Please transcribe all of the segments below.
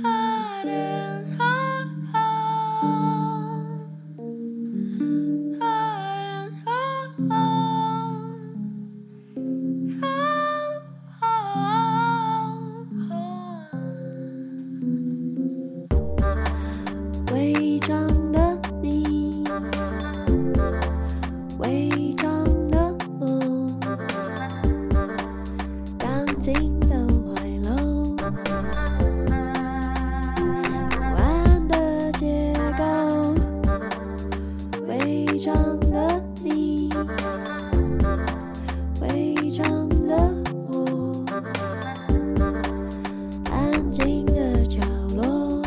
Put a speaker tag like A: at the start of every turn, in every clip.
A: 하른 하하 하른 하하
B: 伪装的你，伪装的我，钢筋的怀楼，不安的结构，伪装的你，伪装的我，安静的角落。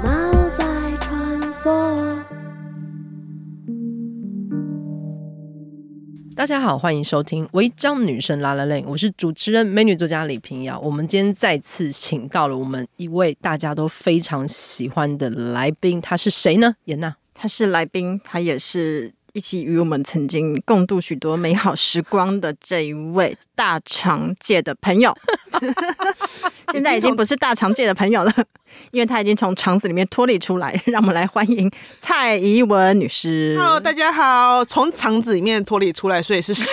B: 猫在穿梭。
C: 大家好，欢迎收听《违章女神拉拉链》，我是主持人美女作家李平遥。我们今天再次请到了我们一位大家都非常喜欢的来宾，他是谁呢？严 娜，
D: 他是来宾，他也是一起与我们曾经共度许多美好时光的这一位大肠界的朋友。现在已经不是大肠界的朋友了， 因为他已经从肠子里面脱离出来。让我们来欢迎蔡怡文女士。
E: Hello，大家好。从肠子里面脱离出来，所以 是屎。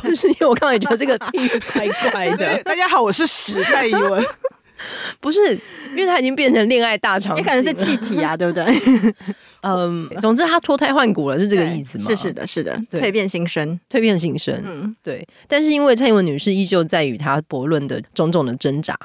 C: 不是因为我刚才觉得这个比喻怪怪
E: 对
C: 的，
E: 大家好，我是屎蔡怡文。
C: 不是因为他已经变成恋爱大长，
D: 也可能 是气体啊，对不对？
C: 嗯，总之他脱胎换骨了，是这个意思吗？
D: 是是，的，是的，
C: 对
D: 蜕变新生。
C: 啊蜕变新生。
D: 嗯，
C: 对，但是因为蔡英文女士依旧在与她驳论的种种的挣扎，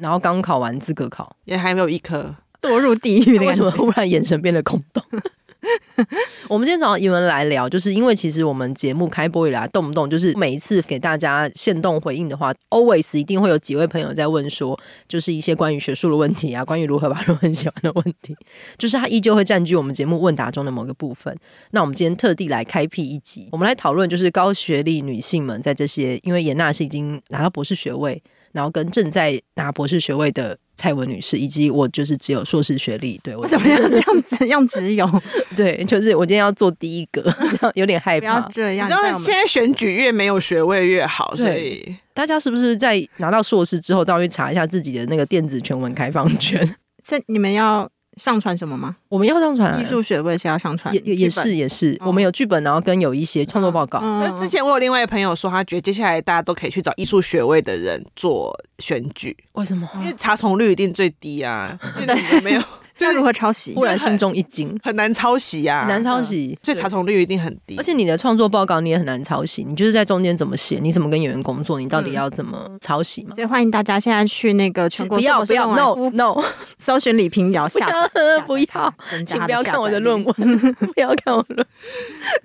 C: 然后刚考完资格考，
E: 也还没有一颗。
D: 堕入地狱的
C: 为
D: 感
C: 什么
D: 觉。
C: 忽然眼神变得空洞？ 我们今天找英文来聊，就是因为其实我们节目开播以来，动不动就是每一次给大家限动回应的话，always 一定会有几位朋友在问说，就是一些关于学术的问题啊，关于如何把论文写完的问题，就是它依旧会占据我们节目问答中的某个部分。那我们今天特地来开辟一集，我们来讨论就是高学历女性们在这些，因为严娜是已经拿到博士学位，然后跟正在拿博士学位的蔡文女士，以及我就是只有硕士学历，对我
D: 为什么要这样子？用只有不
C: 对，就是我今天要做第一个，这样有点害
D: 要
C: 怕。
D: 这
E: 你
D: 样。
E: 知道
D: 在我们
E: 现在选举越没有学位越好，
C: 对
E: 所以
C: 大家是不是在拿到硕士之后，都要去查一下自己的那个电子全文开放权？
D: 现你们要上传什么吗？
C: 我们要上传啊
D: 艺术学位是要上传，
C: 也也也是也是，
D: 哦
C: 我们有剧本，然后跟有一些创作报告。
D: 嗯
E: 那之前我有另外一个朋友说，他觉得接下来大家都可以去找艺术学位的人做选举，
C: 为什么？
E: 因为查重率一定最低啊，因为你们没有
D: 那如何抄袭？
C: 忽然心中一惊，
E: 很难抄袭呀、
C: 很难，抄袭。
E: 所以查重率一定很低。
C: 而且你的创作报告你也很难抄袭，你就是在中间怎么写，你怎么跟演员工作，你到底要怎么抄袭嘛？
D: 所以欢迎大家现在去那个全国
C: 不要
D: 搜
C: 不
D: 索
C: 要
D: 论
C: ，no
D: 坛屋
C: no，
D: 搜寻李平遥 下载，
C: 啊不要，
D: 增加
C: 请
D: 它
C: 不要
D: 下
C: 看我
D: 载
C: 的
D: 率
C: 论。文， 不要看我论，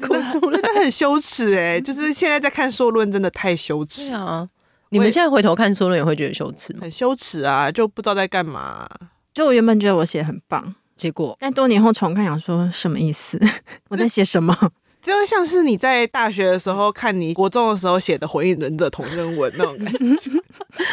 C: 哭 出来
E: 真。的很羞耻哎、就是现在在看硕论真的太羞
C: 对
E: 耻，
C: 啊，你们现在回头看说论也会觉得羞耻吗？
E: 很羞耻啊，就不知道在干嘛、
D: 就我原本觉得我写得很棒，
C: 结果
D: 但多年后重看，想说什么意思？我在写什么？
E: 就像是你在大学的时候看你国中的时候写的《火影忍者》同人文那种感觉，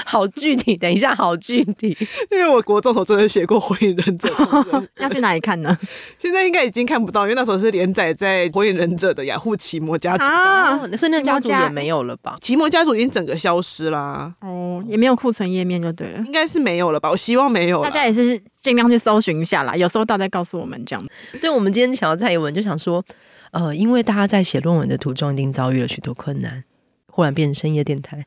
C: 好具体，等一下，好具体。
E: 因为我国中的时候真的写过《火影忍者》 同人文，
D: 要去哪里看呢？
E: 现在应该已经看不到，因为那时候是连载在《火影忍者》的雅虎奇 摩家族上，
D: 啊，
C: 哦， 所以那个家族
D: 你们
C: 也
D: 家
C: 没有了吧？
E: 奇摩家族已经整个消失啦，
D: 哦，也没有库存页面就对了。
E: 应该是没有了吧？我希望没有
D: 大
E: 了。
D: 家也是尽量去搜寻一下啦，有搜到再告诉我们这样。
C: 对，我们今天想要蔡英文，就想说，呃，因为大家在写论文的途中一定遭遇了许多困难，忽然变成深夜电台。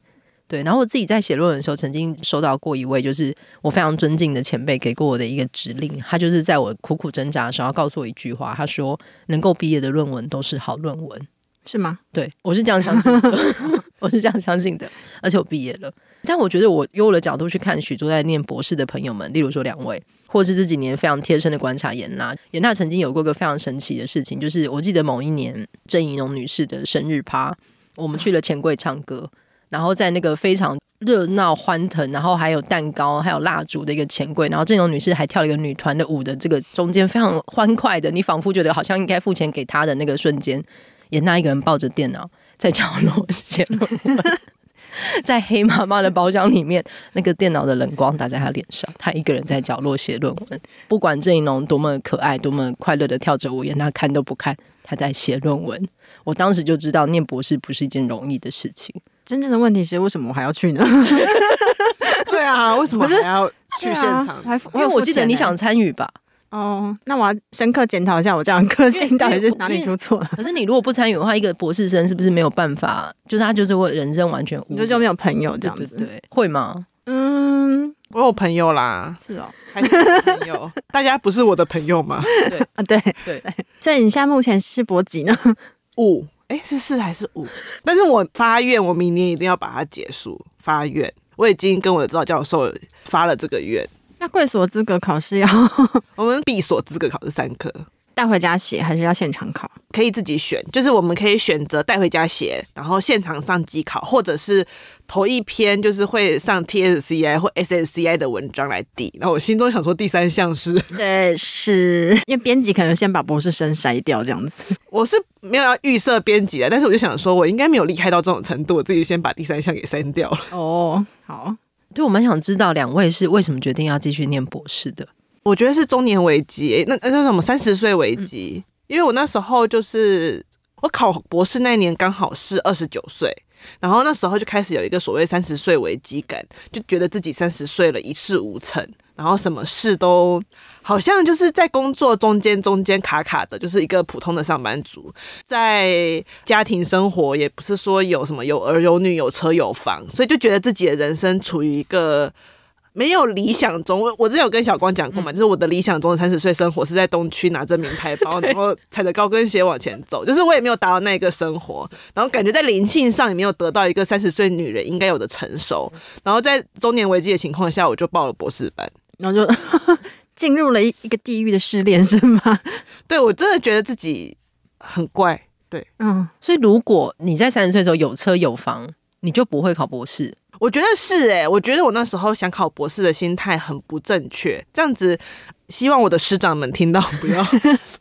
C: 对，然后我自己在写论文的时候，曾经收到过一位就是我非常尊敬的前辈给过我的一个指令，他就是在我苦苦挣扎的时候，他告诉我一句话，他说：“能够毕业的论文都是好论文。”
D: 是吗？
C: 对，我是这样相信的，我是这样相信的，而且我毕业了。但我觉得我用我的角度去看许多在念博士的朋友们，例如说两位，或是这几年非常贴身的观察严娜。严娜曾经有过一个非常神奇的事情，就是我记得某一年郑怡农女士的生日趴，我们去了钱柜唱歌，然后在那个非常热闹欢腾，然后还有蛋糕还有蜡烛的一个钱柜，然后郑怡农女士还跳了一个女团的舞的这个中间非常欢快的，你仿佛觉得好像应该付钱给她的那个瞬间，严娜一个人抱着电脑在角落写论文， 在黑妈妈的包厢里面，那个电脑的冷光打在她脸上，她一个人在角落写论文。不管郑怡农多么可爱、多么快乐的跳着舞，严娜看都不看，她在写论文。我当时就知道念博士不是一件容易的事情。
D: 真正的问题是为什么我还要去呢？
E: 对啊，为什么还要去现场？
D: 对啊
C: 因
D: 还
C: 为我记得你想参与吧，
D: 哦，那我要深刻检讨一下我这样个性到底是哪里出错了。
C: 可是你如果不参与的话，一个博士生是不是没有办法？就是他就是会人生完全无
D: 你
C: 聊，
D: 就就没有朋友这
C: 对
D: 样
C: 对
D: 子，
C: 对，会吗？
D: 嗯，
E: 我有朋友啦，
D: 是哦，
E: 还是我朋 友，大家不是我的朋友吗？
D: 啊对
C: 对，
D: 所以你现在目前是博几呢？
E: 五，哎，是四还是五？但是我发愿，我明年一定要把它结束。发愿，我已经跟我的指导教授发了这个愿。
D: 那贵所资格考试要
E: 我们闭锁资格考是三科，
D: 带回家写还是要现场考？
E: 可以自己选，就是我们可以选择带回家写，然后现场上机考，或者是头一篇就是会上 TSCI 或 SSCI 的文章来递。然后我心中想说，第三项是
D: 对，是因为编辑可能先把博士生筛掉这样子。
E: 我是没有要预设编辑的，但是我就想说，我应该没有厉害到这种程度，我自己先把第三项给删掉了。
D: 哦，好，
C: 对我蛮想知道两位是为什么决定要继续念博士的？
E: 我觉得是中年危机，诶那那叫什么三十岁危机？因为我那时候就是我考博士那一年刚好是二十九岁，然后那时候就开始有一个所谓三十岁危机感，就觉得自己三十岁了一事无成，然后什么事都好像就是在工作中间中间卡卡的，就是一个普通的上班族，在家庭生活也不是说有什么有儿有女有车有房，所以就觉得自己的人生处于一个没有理想中，我我之前有跟小光讲过嘛，就是我的理想中的三十岁生活是在东区拿着名牌包，然后踩着高跟鞋往前走，就是我也没有达到那个生活，然后感觉在灵性上也没有得到一个三十岁女人应该有的成熟，然后在中年危机的情况下，我就报了博士班。
D: 然后就 进入了一一个地狱的失恋是吗？
E: 对我真的觉得自己很怪，对
D: 嗯，
C: 所以如果你在三十岁的时候有车有房，你就不会考博士。
E: 我觉得是诶、我觉得我那时候想考博士的心态很不正确，这样子。希望我的师长们听到，不要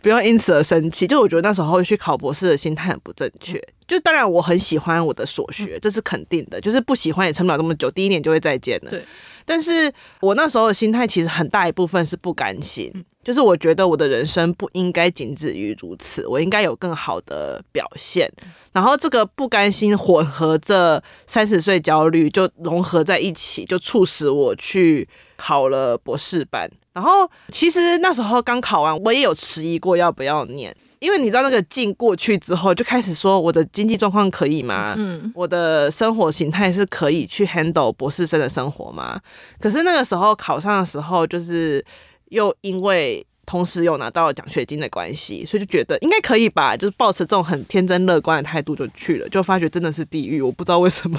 E: 不要因此而生气。就我觉得那时候去考博士的心态很不正确。就当然我很喜欢我的所学，这是肯定的。就是不喜欢也撑不了这么久，第一年就会再见了。
C: 对。
E: 但是我那时候的心态其实很大一部分是不甘心，就是我觉得我的人生不应该仅止于如此，我应该有更好的表现。然后这个不甘心混合着三十岁焦虑，就融合在一起，就促使我去考了博士班。然后其实那时候刚考完，我也有迟疑过要不要念，因为你知道那个劲过去之后，就开始说我的经济状况可以吗？
D: 嗯，
E: 我的生活形态是可以去 handle 博士生的生活吗？可是那个时候考上的时候，就是又因为同时有拿到奖学金的关系，所以就觉得应该可以吧，就是抱持这种很天真乐观的态度就去了，就发觉真的是地狱，我不知道为什么。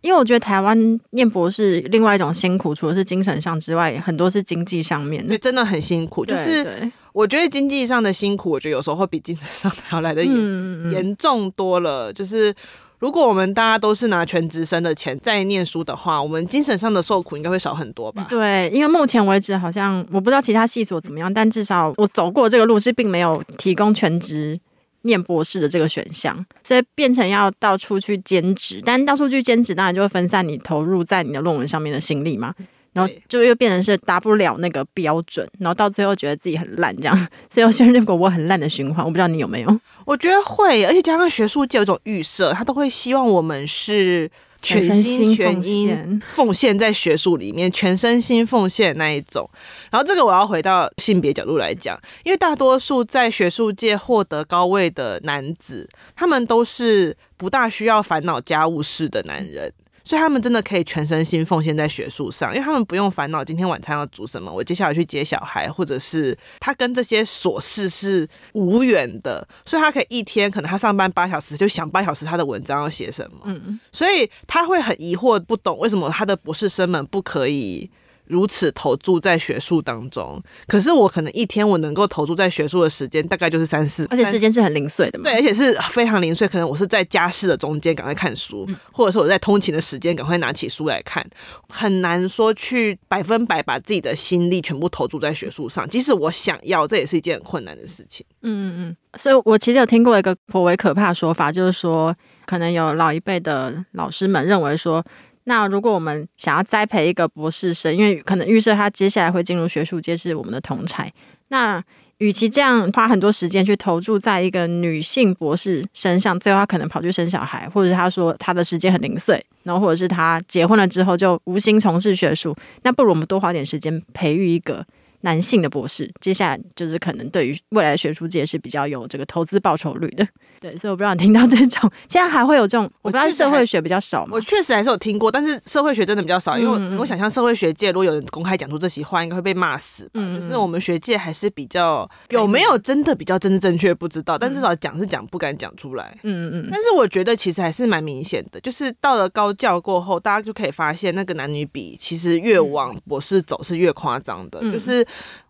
D: 因为我觉得台湾念博士另外一种辛苦，除了是精神上之外，很多是经济上面
E: 对，
D: 的。
E: 真的很辛苦，就
D: 对
E: 是
D: 对
E: 我觉得经济上的辛苦，我觉得有时候会比精神上的还要来的严
D: 嗯，嗯
E: 严重多了。就是如果我们大家都是拿全职生的钱在念书的话，我们精神上的受苦应该会少很多吧？
D: 对，因为目前为止好像我不知道其他系所怎么样，但至少我走过这个路是并没有提供全职念博士的这个选项，所以变成要到处去兼职。但到处去兼职，当然就会分散你投入在你的论文上面的心力嘛。然后
E: 嗯对
D: 就又变成是达不了那个标准，然后到最后觉得自己很烂这样， 所以我陷入过我很烂的循环。我不知道你有没有？
E: 我觉得会，而且加上学术界有一种预设，他都会希望我们是全心全
D: 全身心奉
E: 意
D: 献
E: 奉献在学术里面，全身心奉献那一种。然后这个我要回到性别角度来讲，因为大多数在学术界获得高位的男子，他们都是不大需要烦恼家务事的男人。所以他们真的可以全身心奉献在学术上，因为他们不用烦恼今天晚餐要煮什么，我接下来去接小孩，或者是他跟这些琐事是无缘的，所以他可以一天可能他上班八小时就想八小时他的文章要写什么，
D: 嗯，
E: 所以他会很疑惑，不懂为什么他的博士生们不可以如此投注在学术当中。可是我可能一天我能够投注在学术的时间大概就是三四，
D: 而且时间是很零碎的嘛。
E: 对，，而且是非常零碎。可能我是在家事的中间赶快看书，
D: 嗯
E: 或者是我在通勤的时间赶快拿起书来看，很难说去百分百把自己的心力全部投注在学术上。即使我想要，这也是一件很困难的事情。
D: 嗯嗯，嗯，所以我其实有听过一个颇为可怕的说法，就是说，可能有老一辈的老师们认为说，那如果我们想要栽培一个博士生，因为可能预设他接下来会进入学术界是我们的同才，那与其这样花很多时间去投注在一个女性博士身上，最后她可能跑去生小孩，或者是她说她的时间很零碎，然后或者是她结婚了之后就无心从事学术，那不如我们多花点时间培育一个男性的博士，接下来就是可能对于未来的学术界是比较有这个投资报酬率的。对，所以我不知道你听到这种，现在还会有这种，我不知道
E: 我
D: 是
E: 确实
D: 社
E: 还
D: 会学比较少嘛
E: 我，确实还是有听过，但是社会学真的比较少，因为我,、
D: 嗯
E: 我想象社会学界如果有人公开讲出这席话，应该会被骂死吧。
D: 嗯
E: 就是我们学界还是比较有没有真的比较政治正确不知道，但至少讲是讲，不敢讲出来。
D: 嗯嗯嗯，
E: 但是我觉得其实还是蛮明显的，就是到了高教过后，大家就可以发现那个男女比其实越往博士走是越夸张的。
D: 嗯
E: 就是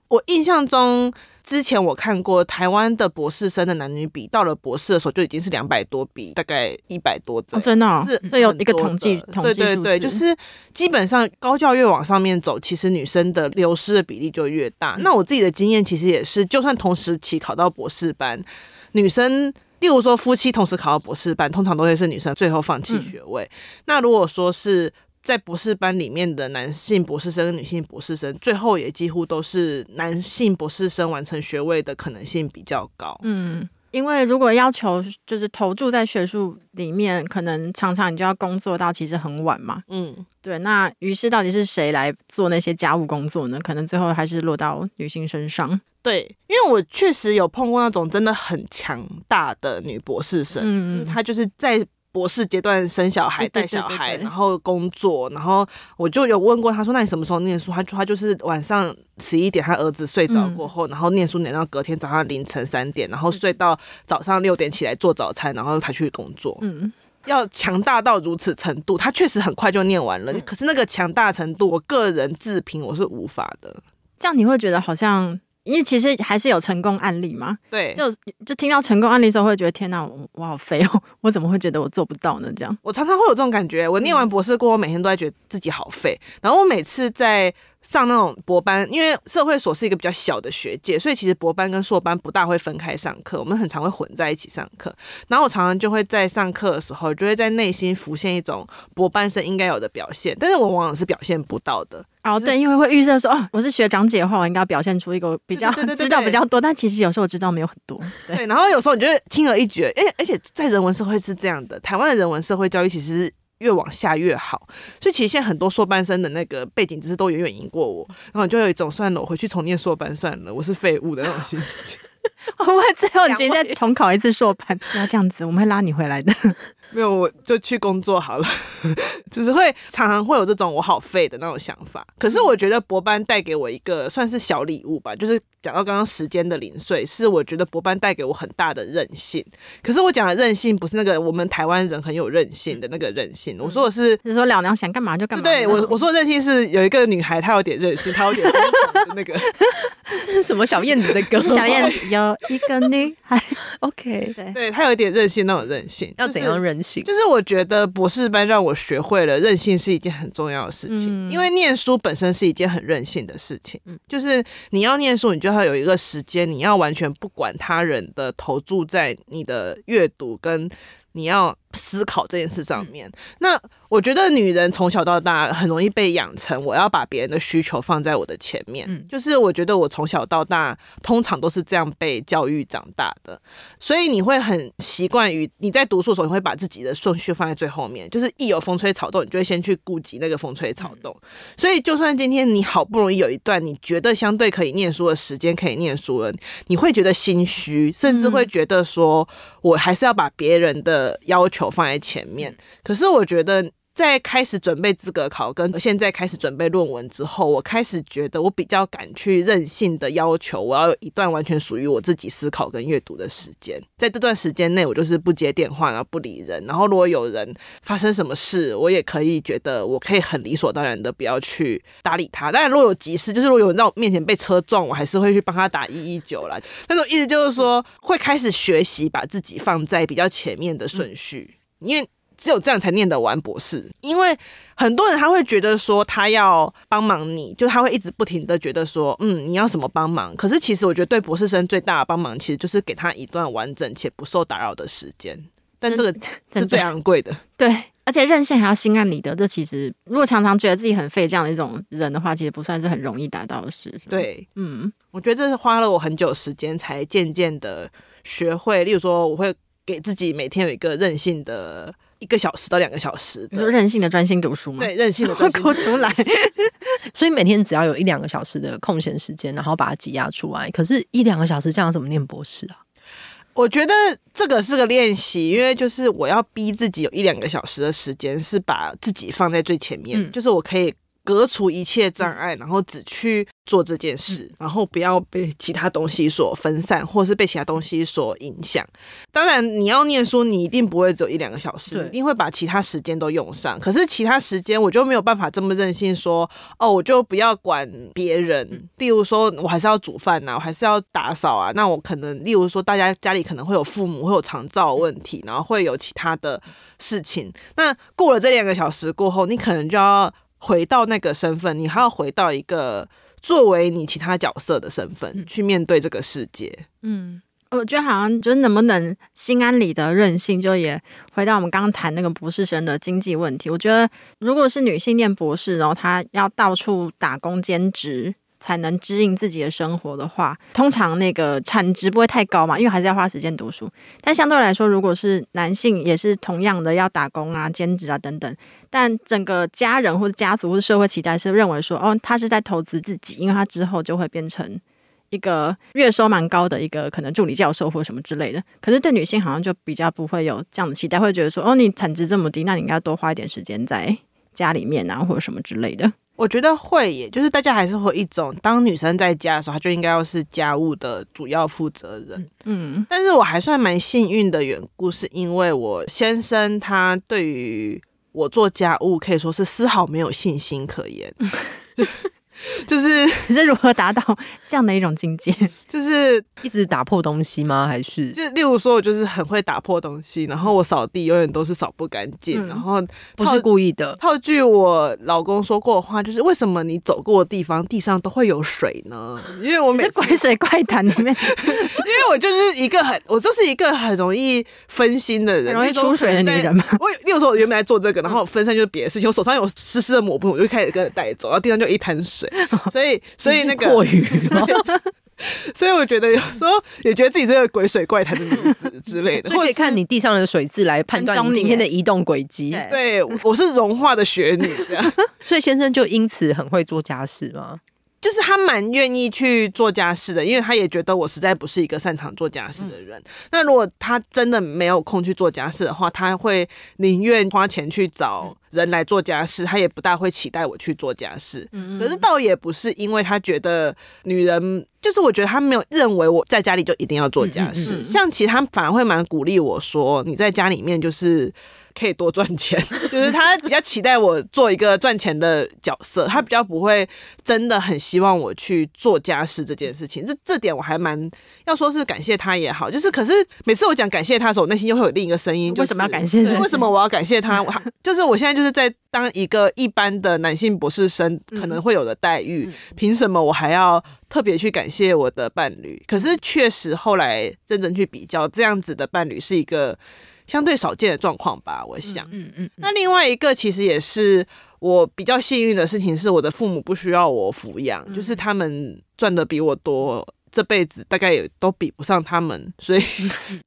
E: 我印象中，之前我看过台湾的博士生的男女比，到了博士的时候就已经是两百多比，大概一百多这
D: 哦，
E: 样。
D: 真的、哦，
E: 是
D: 所以有
E: 很
D: 一个
E: 多
D: 统计
E: 的
D: 统计
E: 对对
D: 数
E: 对，
D: 字
E: 就是基本上高教越往上面走，其实女生的流失的比例就越
D: 嗯
E: 大。那我自己的经验其实也是，就算同时期考到博士班，女生。例如说，夫妻同时考到博士班，通常都会是女生最后放弃
D: 嗯
E: 学位。那如果说是在博士班里面的男性博士生跟女性博士生，最后也几乎都是男性博士生完成学位的可能性比较高。
D: 嗯，因为如果要求就是投注在学术里面，可能常常你就要工作到其实很晚嘛。
E: 嗯，
D: 对，那于是到底是谁来做那些家务工作呢？可能最后还是落到女性身上。
E: 对，因为我确实有碰过那种真的很强大的女博士生，就
D: 嗯，
E: 是她就是在博士阶段生小孩、
D: 对对
E: 带
D: 对
E: 小
D: 对
E: 孩，
D: 对
E: 然后工作，然后我就有问过她说：“那你什么时候念书？”她说：“她就是晚上十一点，她儿子睡着
D: 嗯
E: 过后，然后念书念到隔天早上凌晨三点，然后睡到早上六点起来做早餐，然后才去工作。
D: 嗯，
E: 要强大到如此程度，她确实很快就念完
D: 嗯
E: 了。可是那个强大程度，我个人自评我是无法的。
D: 这样你会觉得好像。因为其实还是有成功案例嘛，
E: 对，
D: 就就听到成功案例的时候，会觉得天哪，我我好废哦， 我怎么会觉得我做不到呢？这样，
E: 我常常会有这种感觉。我念完博士过后，我每天都在觉得自己好废。然后我每次在上那种博班，因为社会所是一个比较小的学界，所以其实博班跟硕班不大会分开上课，我们很常会混在一起上课。然后我常常就会在上课的时候，就会在内心浮现一种博班生应该有的表现，但是我往往是表现不到的。
D: 哦，对，因为会预设说，哦，我是学长姐的话，我应该表现出一个比较
E: 对对对对对
D: 知道比较多，但其实有时候我知道没有很多。 对，
E: 对，然后有时候你就会轻而易举，哎，而且在人文社会是这样的，台湾的人文社会教育其实越往下越好，所以其实现在很多硕班生的那个背景知识都远远赢过我，然后你就有一种算了，我回去重念硕班算了，我是废物的那种心情。
D: 我会最后你决定再重考一次硕班，不要这样子，我们会拉你回来的。
E: 没有，我就去工作好了， 只是会常常会有这种我好废的那种想法。可是我觉得博班带给我一个算是小礼物吧，就是讲到刚刚时间的零碎，是我觉得博班带给我很大的韧性。可是我讲的韧性不是那个我们台湾人很有韧性的那个韧性，我说的是。
D: 就是说老娘想干嘛就干
E: 对
D: 嘛。
E: 对，我我说的韧性是有一个女孩，她有点韧性，她有点疯狂的那个，
C: 这是 什么 小燕子的歌？
D: 小燕子有一个女孩，
C: ，OK，
D: 对，
E: 对她有一点韧性那种韧性。
C: 要
E: 就是
C: 怎样任性？
E: 就是我觉得博士班让我学会了任性是一件很重要的事情，
D: 嗯
E: 因为念书本身是一件很任性的事情。
C: 嗯
E: 就是你要念书，你就要有一个时间，你要完全不管他人的投注在你的阅读跟你要思考这件事上面。
C: 嗯
E: 那我觉得女人从小到大很容易被养成，我要把别人的需求放在我的前面。
C: 嗯
E: 就是我觉得我从小到大通常都是这样被教育长大的，所以你会很习惯于你在读书的时候，你会把自己的顺序放在最后面，就是一有风吹草动，你就会先去顾及那个风吹草动。所以，就算今天你好不容易有一段你觉得相对可以念书的时间可以念书了，你会觉得心虚，甚至会觉得说我还是要把别人的要求放在前面。可是我觉得。在开始准备资格考跟现在开始准备论文之后，我开始觉得我比较敢去任性的要求，我要有一段完全属于我自己思考跟阅读的时间。在这段时间内，我就是不接电话，然后不理人。然后如果有人发生什么事，我也可以觉得我可以很理所当然的不要去搭理他。当然，如果有急事，就是如果有人在我面前被车撞，我还是会去帮他打一一九啦。那种意思就是说，会开始学习把自己放在比较前面的顺序，因为只有这样才念得完博士。因为很多人他会觉得说他要帮忙你，就他会一直不停的觉得说，嗯，你要什么帮忙？可是其实我觉得对博士生最大的帮忙，其实就是给他一段完整且不受打扰的时间。但这个
D: 真
E: 是最昂贵的，
D: 对。而且任性还要心安理得，这其实如果常常觉得自己很废这样的一种人的话，其实不算是很容易达到的事。是吧，
E: 对，
D: 嗯，
E: 我觉得这是花了我很久时间才渐渐的学会。例如说，我会给自己每天有一个任性的一个小时到两个小时
D: 你说
E: 的，
D: 任性的专心读书吗？
E: 对，任性的
D: 我
E: 专心
D: 哭出来。
C: 所以每天只要有一两个小时的空闲时间，然后把它挤压出来。可是，一两个小时这样怎么念博士啊？
E: 我觉得这个是个练习，因为就是我要逼自己有一两个小时的时间是把自己放在最前面，
C: 嗯
E: 就是我可以革除一切障碍，然后只去做这件事，
C: 嗯
E: 然后不要被其他东西所分散，或是被其他东西所影响。当然，你要念书，你一定不会只有一两个小时，
C: 对
E: 你一定会把其他时间都用上。可是其他时间我就没有办法这么任性说，哦，我就不要管别人。例如说，我还是要煮饭呐、啊我还是要打扫啊。那我可能，例如说，大家家里可能会有父母会有长照问题，然后会有其他的事情。那过了这两个小时过后，你可能就要回到那个身份，你还要回到一个作为你其他角色的身份、去面对这个世界。
D: 嗯，我觉得好像就是能不能心安理得任性，就也回到我们刚刚谈那个博士生的经济问题。我觉得如果是女性念博士，然后她要到处打工兼职。才能支应自己的生活的话，通常那个产值不会太高嘛，因为还是要花时间读书。但相对来说，如果是男性，也是同样的要打工啊、兼职啊等等，但整个家人或者家族或者社会期待是认为说，哦，他是在投资自己，因为他之后就会变成一个月收蛮高的一个可能助理教授或什么之类的。可是对女性好像就比较不会有这样的期待，会觉得说，哦，你产值这么低，那你应该多花一点时间在家里面啊，或者什么之类 的。
E: 我觉得会耶，就是大家还是会有一种，当女生在家的时候，她就应该要是家务的主要负责人。
D: 嗯
E: 但是我还算蛮幸运的缘故，是因为我先生他对于我做家务可以说是丝毫没有信心可言，就是
D: 可是如何达到这样的一种境界？
E: 就是
C: 一直打破东西吗？还是
E: 就例如说，我就是很会打破东西，然后我扫地永远都是扫不干净，
D: 嗯
E: 然后
C: 不是故意的？
E: 套句我老公说过的话，就是为什么你走过的地方地上都会有水呢？因为我每
D: 这
E: 次
D: 鬼水怪谈里面
E: 因为我就是一个很，我就是一个很容易分心的人，
D: 很容易出水的女人
E: 嘛
D: 嘛。
E: 我有有时候我原本在做这个，然后分散就是别的事情，我手上有湿湿的抹布，我就开始跟着带走，然后地上就一滩水，所以所以那
C: 你是阔
E: 个，
C: 鱼 吗？
E: 所以我觉得有时候也觉得自己是个鬼水怪谈的女子之类的，
C: 所以
E: 或
C: 可
E: 者
C: 以看你地上的水渍来判
D: 跟
C: 断
D: 踪
C: 你
D: 你
C: 今天的移动轨迹。
D: 对
E: 对我是融化的雪女这样。
C: 所以先生就因此很会做家事吗？
E: 就是他蛮愿意去做家事的，因为他也觉得我实在不是一个擅长做家事的人。那如果他真的没有空去做家事的话，他会宁愿花钱去找人来做家事，他也不大会期待我去做家事。
D: 嗯
E: 可是倒也不是因为他觉得女人，就是我觉得他没有认为我在家里就一定要做家事，
D: 嗯嗯嗯
E: 像其实他反而会蛮鼓励我说，你在家里面就是可以多赚钱， 就是他比较期待我做一个赚钱的角色，他比较不会真的很希望我去做家事这件事情。这这点我还蛮要说是感谢他也好，就是可是每次我讲感谢他的时候，我内心又会有另一个声音，就是
D: 为什么要感谢这
E: 对
D: 些？
E: 为什么我要感 谢他？我还就是我现在就是在当一个一般的男性博士生
C: 嗯
E: 可能会有的待遇，凭、什么我还要特别去感谢我的伴侣？可是确实后来认真去比较，这样子的伴侣是一个相对少见的状况吧，我想。
C: 嗯嗯，
E: 那另外一个其实也是我比较幸运的事情，是我的父母不需要我抚养，就是
C: 嗯
E: 他们赚的比我多。这辈子大概也都比不上他们，所以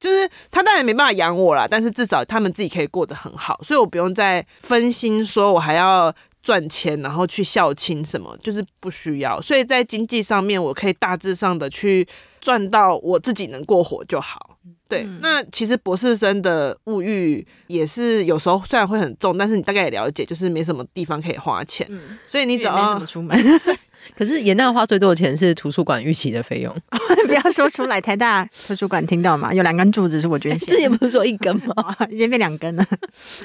E: 就是他当然没办法养我啦，但是至少他们自己可以过得很好，所以我不用再分心，说我还要赚钱，然后去孝亲什么，就是不需要。所以在经济上面，我可以大致上的去赚到我自己能过活就好。对，
D: 嗯
E: 那其实博士生的物欲也是有时候虽然会很重，但是你大概也了解，就是没什么地方可以花钱，
D: 嗯
E: 所以你只
D: 也没
E: 要
D: 怎么出门，
C: 可是严娜花最多的钱是图书馆预期的费用，
D: 不要说出来。台大图书馆听到吗？有两根柱子是我捐献 的，
C: 哎这也不是说一根吗？
D: 已经变两根了。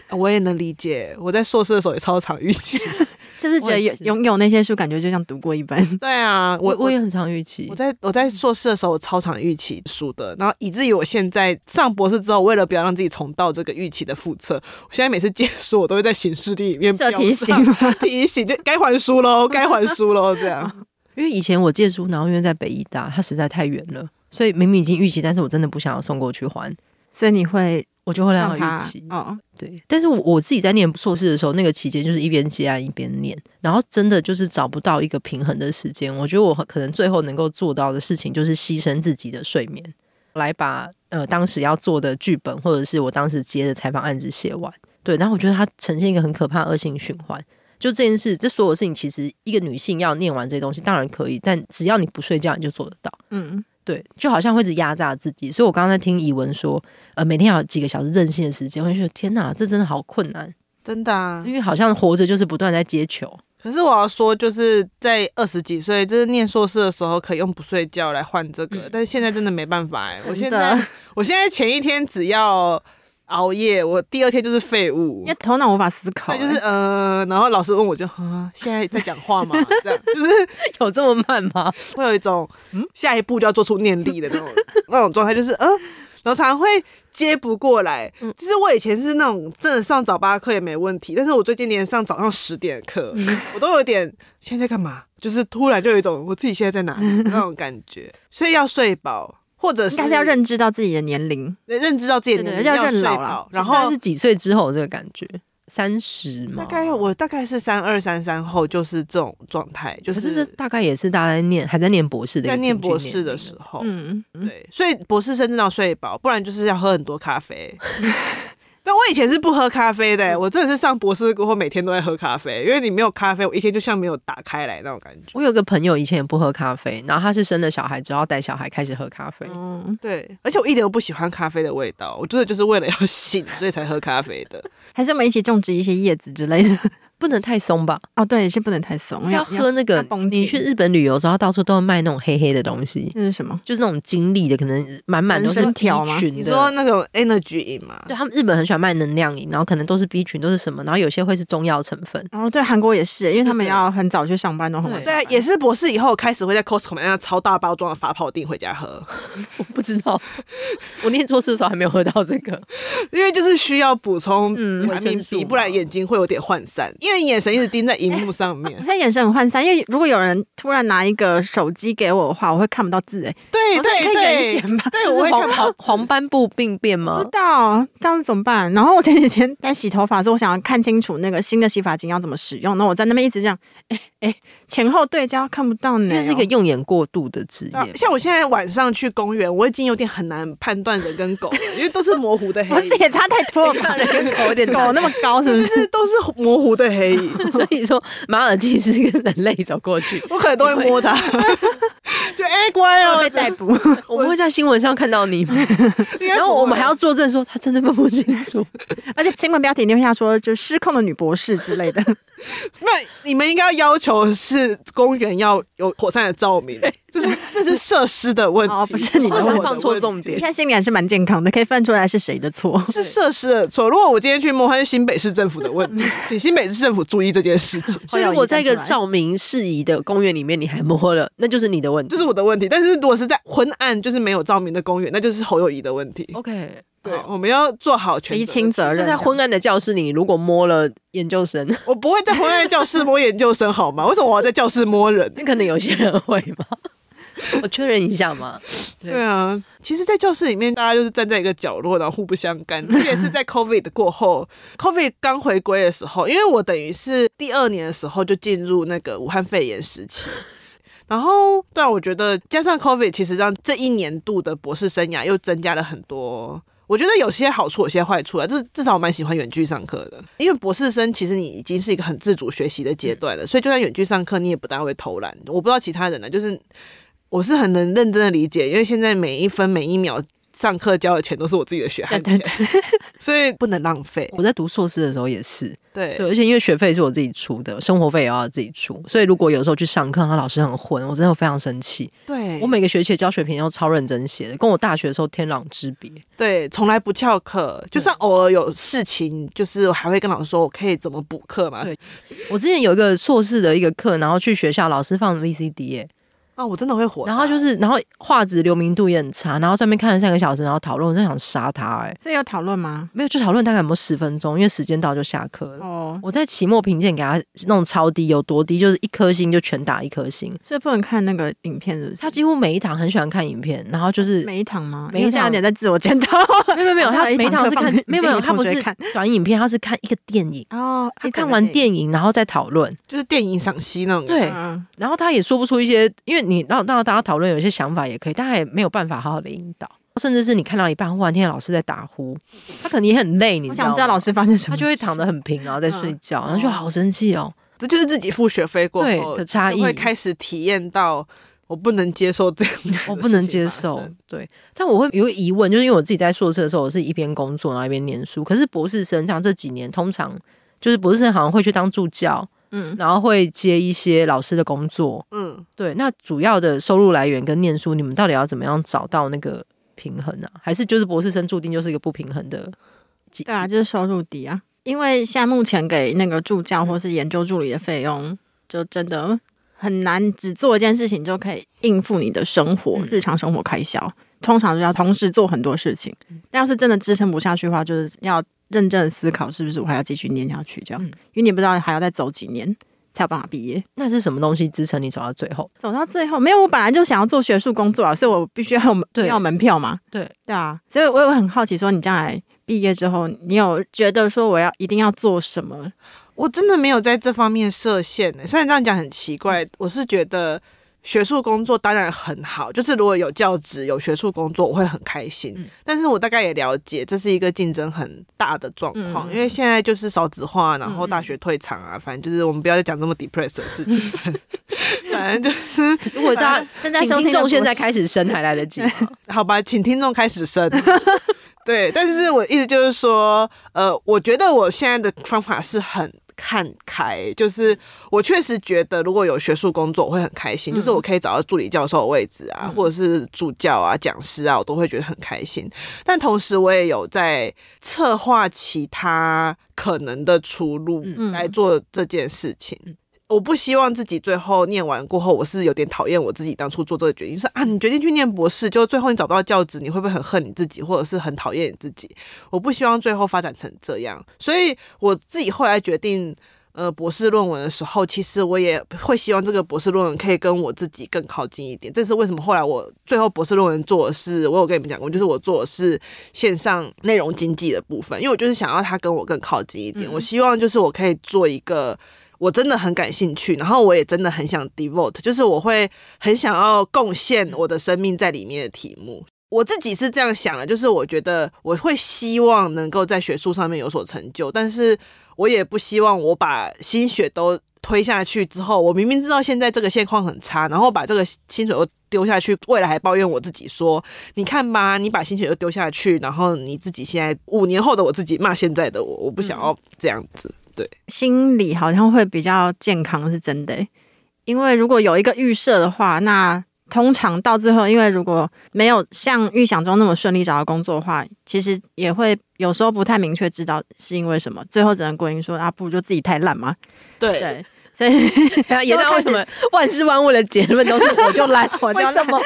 E: 啊我也能理解。我在硕士的时候也超常预期。
D: 是不是觉
C: 我
D: 得
C: 也
D: 有
C: 是
D: 拥有那些书，感觉就像读过一本？
E: 对啊，
C: 我
E: 我
C: 我也很常预期
E: 我。在我在硕士的时候，我超常预期输的，然后以至于我现在上博士之后，为了不要让自己重蹈这个预期的覆辙，我现在每次借书，我都会在行事历里面
D: 设
E: 标
D: 提
E: 上
D: 醒吗？
E: 提醒，就该还书喽，该还书喽，这样。
C: 因为以前我借书，然后因为在北医大，它实在太远了，所以明明已经预期，但是我真的不想要送过去还。
D: 所以你会
C: 我就会量好
D: 让
C: 预
D: 他
C: 期。
D: 哦，
C: 对，但是我我自己在念硕士的时候，那个期间就是一边接案一边念，然后真的就是找不到一个平衡的时间。我觉得我可能最后能够做到的事情，就是牺牲自己的睡眠，来把呃当时要做的剧本，或者是我当时接的采访案子写完。对，然后我觉得它呈现一个很可怕的恶性循环。就这件事，这所有事情，其实一个女性要念完这些东西，当然可以，但只要你不睡觉，你就做得到。
D: 嗯，
C: 对，就好像会一直压榨自己。所以我刚刚在听以文说，呃，每天要有几个小时任性的时间，我就觉得天哪，这真的好困难，
E: 真的啊
C: 因。为好像活着就是不断在接球。
E: 可是我要说，就是在二十几岁，就是念硕士的时候，可以用不睡觉来换这个，但是现在真的没办法哎、我现
D: 嗯
E: 在
D: 真的啊
E: 我现在前一天只要熬夜，我第二天就是废物
D: 因为。头脑无法思考、
E: 对，就是呃，然后老师问我就啊，现在在讲话嘛，这样就是
C: 有这么慢吗？
E: 会有一种
D: 嗯
E: 下一步就要做出念力的那种那种状态，就是嗯，然后常常会接不过来。
D: 嗯
E: 就是我以前是那种真的上早八课也没问题，但是我最近连上早上十点的课，
D: 嗯
E: 我都有点现在在干嘛，就是突然就有一种我自己现在在 哪里那种感觉，所以要睡饱。或者
D: 应
E: 是
D: 该是要认知到自己的年龄，
E: 认知到自己的
D: 对
E: 年
D: 对
E: 龄，
D: 要
E: 要
D: 认
E: 睡
D: 老啦
E: 饱，然
C: 大概
E: 后
C: 是几岁之后有这个感觉？三十吗？
E: 大概我大概是三二三三后就是这种状态，就
C: 可是这大概也是大家在念还在念博士的一个
E: 在念
C: 平均
E: 博士
C: 年
E: 的
C: 龄
E: 时候，
D: 嗯，嗯
E: 对，所以博士生真的要睡饱，不然就是要喝很多咖啡。 但我以前是不喝咖啡的、欸我真的是上博士过后每天都在喝咖啡，因为你没有咖啡，我一天就像没有打开来那种感觉。
C: 我有个朋友以前也不喝咖啡，然后他是生了小孩之后带小孩开始喝咖啡。
D: 嗯，
E: 对，而且我一点都不喜欢咖啡的味道，我真的就是为了要醒，所以才喝咖啡的。
D: 还是我们一起种植一些叶子之类的。
C: 不能太松吧，
D: 哦，对，是不能太松，
C: 要喝那个
D: 要绷。紧
C: 你去日本旅游的时候，到处都会卖那种黑黑的东西，
D: 那是什么？
C: 就是那种精力的，可能满满都是
D: 人参
C: B 群
D: 条吗
C: 的。
E: 你说那种 energy 饮嘛？
C: 对他们日本很喜欢卖能量饮，然后可能都是 B 群，都是什么，然后有些会是中药成 分。
D: 然后哦对韩国也是，因为他们
C: 对对
D: 要很早去上班，然后很晚
C: 对
E: 对啊，也是博士以后开始会在 Costco 买那超大包装的发泡锭回家喝，
C: 我不知道， 我念硕士的时候还没有喝到这 个。
E: 因为就是需要补充
D: 嗯
E: 维
C: 维生
E: 生
C: 素
E: 素，
C: 嘛
E: 不然眼睛会有点涣散，因为眼神一直盯在荧幕上面
D: 我。现在眼神很涣散，因为如果有人突然拿一个手机给我的话，我会看不到字哎。
E: 对
D: 我说你
E: 对
D: 可以远
E: 对
D: 一，点吧，
E: 对，
C: 就
E: 我
C: 是
E: 会
C: 黄
E: 看
C: 黄黄斑部病变
D: 不
C: 吗
D: 知？道这样子怎么办？然后我前几天在洗头发的时候，我想要看清楚那个新的洗发精要怎么使用，那我在那边一直这样，哎哎，前后对焦看不到
C: 因
D: 呢。哦
C: 为是一个用眼过度的职
E: 啊
C: 业。
E: 像我现在晚上去公园，我已经有点很难判断人跟狗了，因为都是模糊的
D: 不
E: 黑
D: 是
E: 影，
D: 也差太多了 吧？
C: 狗有点
D: 狗那么高是不？
E: 就是是都是模糊的黑影，
C: 所以说马尔济斯跟人类走过去，
E: 我可能都会摸它，就哎、乖
D: 我
E: 哦
D: 被，逮捕，
C: 我们会在新闻上看到你吗？
E: 应该
C: 然
E: 不
C: 后
E: 会
C: 我们还要作证说他真的分不清 楚。
D: 而且新闻标题一定会下说，就是失控的女博士之类的。
E: 那你们应该要要求是公园要有火山的照明，这是这是设施的问题，
D: 哦不是你的
E: 我
D: 问
E: 的
D: 题
C: 放错重
E: 问题
D: 你
C: 点。
D: 看心里还是蛮健康的，可以分出来是谁的错。
E: 是设施的错。如果我今天去摸，它是新北市政府的问题，请新北市政府注意这件事情。
C: 所以如果在一个照明适宜的公园里面，你还摸了，那就是你的问题。
E: 这是我的问题，但是如果是在昏暗，就是没有照明的公园，那就是侯友谊的问题。
C: OK，
E: 对，我们要做好全责
D: 厘清责
C: 就
D: 任，
C: 在昏暗的教室里，你如果摸了研究生，
E: 我不会在昏暗教室摸研究生好吗？为 什么我要在教室摸人？
C: 那可能有些人会嘛。我确认一下嘛，对
E: 对啊，其实，在教室里面，大家就是站在一个角落，然后互不相干。特别是在 COVID 过后，COVID 刚回归的时候，因为我等于是第二年的时候就进入那个武汉肺炎时期。然后，对啊，我觉得加上 COVID，其实让这一年度的博士生涯又增加了很多。我觉得有些好处，有些坏处啊。就是至少我蛮喜欢远距上课的，因为博士生其实你已经是一个很自主学习的阶段了，所以就算远距上课，你也不大会偷懒。我不知道其他人呢、就是我是很能认真的理解，因为现在每一分每一秒上课交的钱都是我自己的血汗钱，
D: 对对
E: 所以不能浪费。
C: 我在读硕士的时候也是，
E: 对
C: 对，而且因为学费是我自己出的，生活费也要自己出，所以如果有时候去上课，然后老师很混，我真的非常生气。
E: 对，
C: 我每个学期的教学评都超认真写的，跟我大学的时候天壤之别。
E: 对从来不翘课，就算偶尔有事情，就是我还会跟老师说我可以怎么补课嘛。
C: 对我之前有一个硕士的一个课，然后去学校，老师放 VCD 耶、
E: 啊，我真的会火大。
C: 然后就是，然后画质流明度也很差，然后上面看了三个小时，然后讨论，我真的想杀他哎、
D: 所以有讨论吗？
C: 没有，就讨论大概有没有十分钟，因为时间到就下课了。
D: 哦，
C: 我在期末评鉴给他弄超低，有多低就是一颗星就全打一颗星。
D: 所以不能看那个影片，是不是？
C: 他几乎每一堂很喜欢看影片，然后就是
D: 每一堂吗？
C: 每一堂
D: 因为现在有点在自我检讨。
C: 没有没有没有，
D: 好像
C: 他
D: 有一
C: 每一
D: 堂
C: 堂
D: 课
C: 是
D: 放
C: 看
D: 给
C: 没有没有，
D: 给
C: 他不
D: 同学
C: 是
D: 看
C: 短影片，他是看一个电影，
D: 哦，
C: 他看完
D: 影，
C: 电影然后再讨论。
E: 就是电影赏析那种。，
C: 对，
D: 嗯，
C: 然后他也说不出一些，因为你让让大家讨论有一些想法也可以，但他也没有办法好好的引导，甚至是你看到一半，忽然听见老师在打呼，他可能也很累，你
D: 我
C: 知道
D: 想
C: 吗？
D: 知道老师发现什
C: 他
D: 么事，
C: 就会躺得很平，然后在睡觉，然后就
D: 哦
C: 好生气哦。
E: 这就是自己付学费过
C: 对
E: 后
C: 的差
E: 就会
C: 异
E: 开始体验到我不能接受这样子的事情发
C: 我
E: 生，
C: 不能接受，对，但我会有个疑问，就是因为我自己在硕士的时候，我是一边工作然后一边念书，可是博士生像这几年通常就是博士生好像会去当助教，
D: 嗯，
C: 然后会接一些老师的工作，
E: 嗯，
C: 对，那主要的收入来源跟念书，你们到底要怎么样找到那个平衡呢、啊？还是就是博士生注定就是一个不平衡的几？
D: 对啊，
C: 几，
D: 就是收入低啊，因为现在目前给那个助
C: 嗯
D: 教或是研究助理的费用，就真的很难只做一件事情就可以应付你的生活、
C: 嗯
D: 日常生活开销，通常就要同时做很多事情。
C: 嗯
D: 但要是真的支撑不下去的话，就是要认真的思考是不是我还要继续念下去这样，
C: 嗯
D: 因为你不知道还要再走几年才有办法毕业。
C: 那是什么东西支撑你走到最后？
D: 走到最后，没有，我本来就想要做学术工作啊，所以我必须要有门
C: 对
D: 要门票嘛。
C: 对
D: 对啊，所以我也会很好奇，说你将来毕业之后，你有觉得说我要一定要做什么？
E: 我真的没有在这方面设限呢、虽然这样讲很奇怪，我是觉得学术工作当然很好，就是如果有教职、有学术工作，我会很开心。
C: 嗯
E: 但是我大概也了解，这是一个竞争很大的状况，
D: 嗯
E: 因为现在就是少子化，然后大学退场啊，反正就是我们不要再讲这么 depressed 的 事情，反正反正就是
C: 如果大家
D: 正在
C: 请
D: 收听
C: 听
D: 的
C: 众
D: 博
C: 现在
D: 士
C: 开始生还来 得及吗？
E: 好吧，请听众开始生。 对，但是我意思就是说，呃，我觉得我现在的方法是很看开，就是我确实觉得如果有学术工作，我会很开心，就是我可以找到助理教授的位置啊，或者是助教啊、讲师啊，我都会觉得很开心。但同时，我也有在策划其他可能的出路
C: 嗯
E: 来做这件事情。我不希望自己最后念完过后，我是有点讨厌我自己当初做这个决定，说啊，你决定去念博士，就最后你找不到教职，你会不会很恨你自己，或者是很讨厌你自己？我不希望最后发展成这样，所以我自己后来决定。呃，博士论文的时候，其实我也会希望这个博士论文可以跟我自己更靠近一点。这是为什么后来我最后博士论文做的是，我有跟你们讲过，就是我做的是线上内容经济的部分，因为我就是想要它跟我更靠近一点。我希望就是我可以做一个我真的很感兴趣，然后我也真的很想 devote，就是我会很想要贡献我的生命在里面的题目。我自己是这样想的，就是我觉得我会希望能够在学术上面有所成就，但是我也不希望我把心血都推下去之后，我明明知道现在这个现况很差，然后把这个薪水都丢下去，未来还抱怨我自己说，你看吧，你把薪水都丢下去，然后你自己现在五年后的我自己骂现在的我，我不想要这样子。对，
D: 心理好像会比较健康，是真的欸。因为如果有一个预设的话，那通常到最后，因为如果没有像预想中那么顺利找到工作的话，其实也会有时候不太明确知道是因为什么，最后只能归因说啊，不如就自己太烂嘛。
E: 对
D: 对，所以
C: 对啊，也那为什么万事万物的结论都是我就 懒，
D: 我就
C: 为
D: 懒
C: 什么？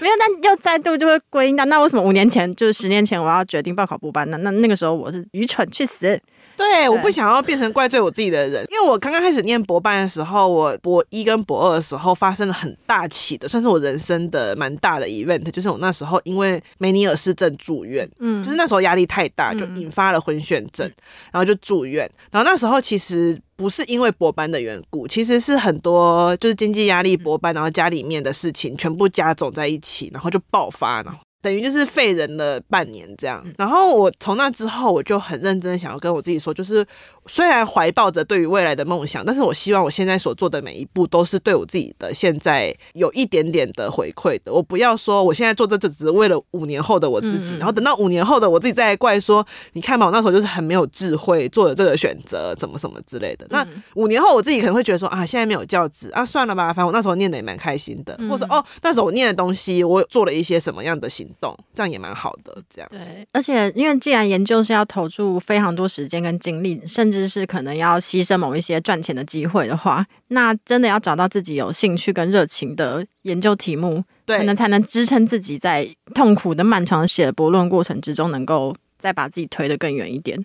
D: 没有，但又再度就会归因到那为什么五年前就是十年前我要决定报考补班呢？那那个时候我是愚蠢去死。
E: 对，我不想要变成怪罪我自己的人，因为我刚刚开始念博班的时候，我博一跟博二的时候发生了很大起的，算是我人生的蛮大的 event，就是我那时候因为梅尼尔氏症住院，
D: 嗯
E: 就是那时候压力太大，就
D: 嗯
E: 引发了昏眩症，然后就住院。然后那时候其实不是因为博班的缘故，其实是很多就是经济压力、博班，然后家里面的事情全部加总在一起，然后就爆发，然后等于就是废人了半年这样。
D: 嗯
E: 然后我从那之后，我就很认真地想要跟我自己说，就是虽然怀抱着对于未来的梦想，但是我希望我现在所做的每一步都是对我自己的现在有一点点的回馈的。我不要说我现在做这只只是为了五年后的我自己，
D: 嗯嗯
E: 然后等到五年后的我自己再来怪说，你看嘛，我那时候就是很没有智慧做的这个选择，什么什么之类的。
D: 嗯
E: 那五年后我自己可能会觉得说啊，现在没有教职
D: 嗯
E: 啊，算了吧，反正我那时候念的也蛮开心的，或者说哦，那时候我念的东西，我有做了一些什么样的行动，这样也蛮好的。这样，
D: 对，而且因为既然研究是要投注非常多时间跟精力，甚至是可能要牺牲某一些赚钱的机会的话，那真的要找到自己有兴趣跟热情的研究题目，可能
E: 对
D: 才能支撑自己在痛苦的漫长的写博论过程之中，能够再把自己推得更远一点。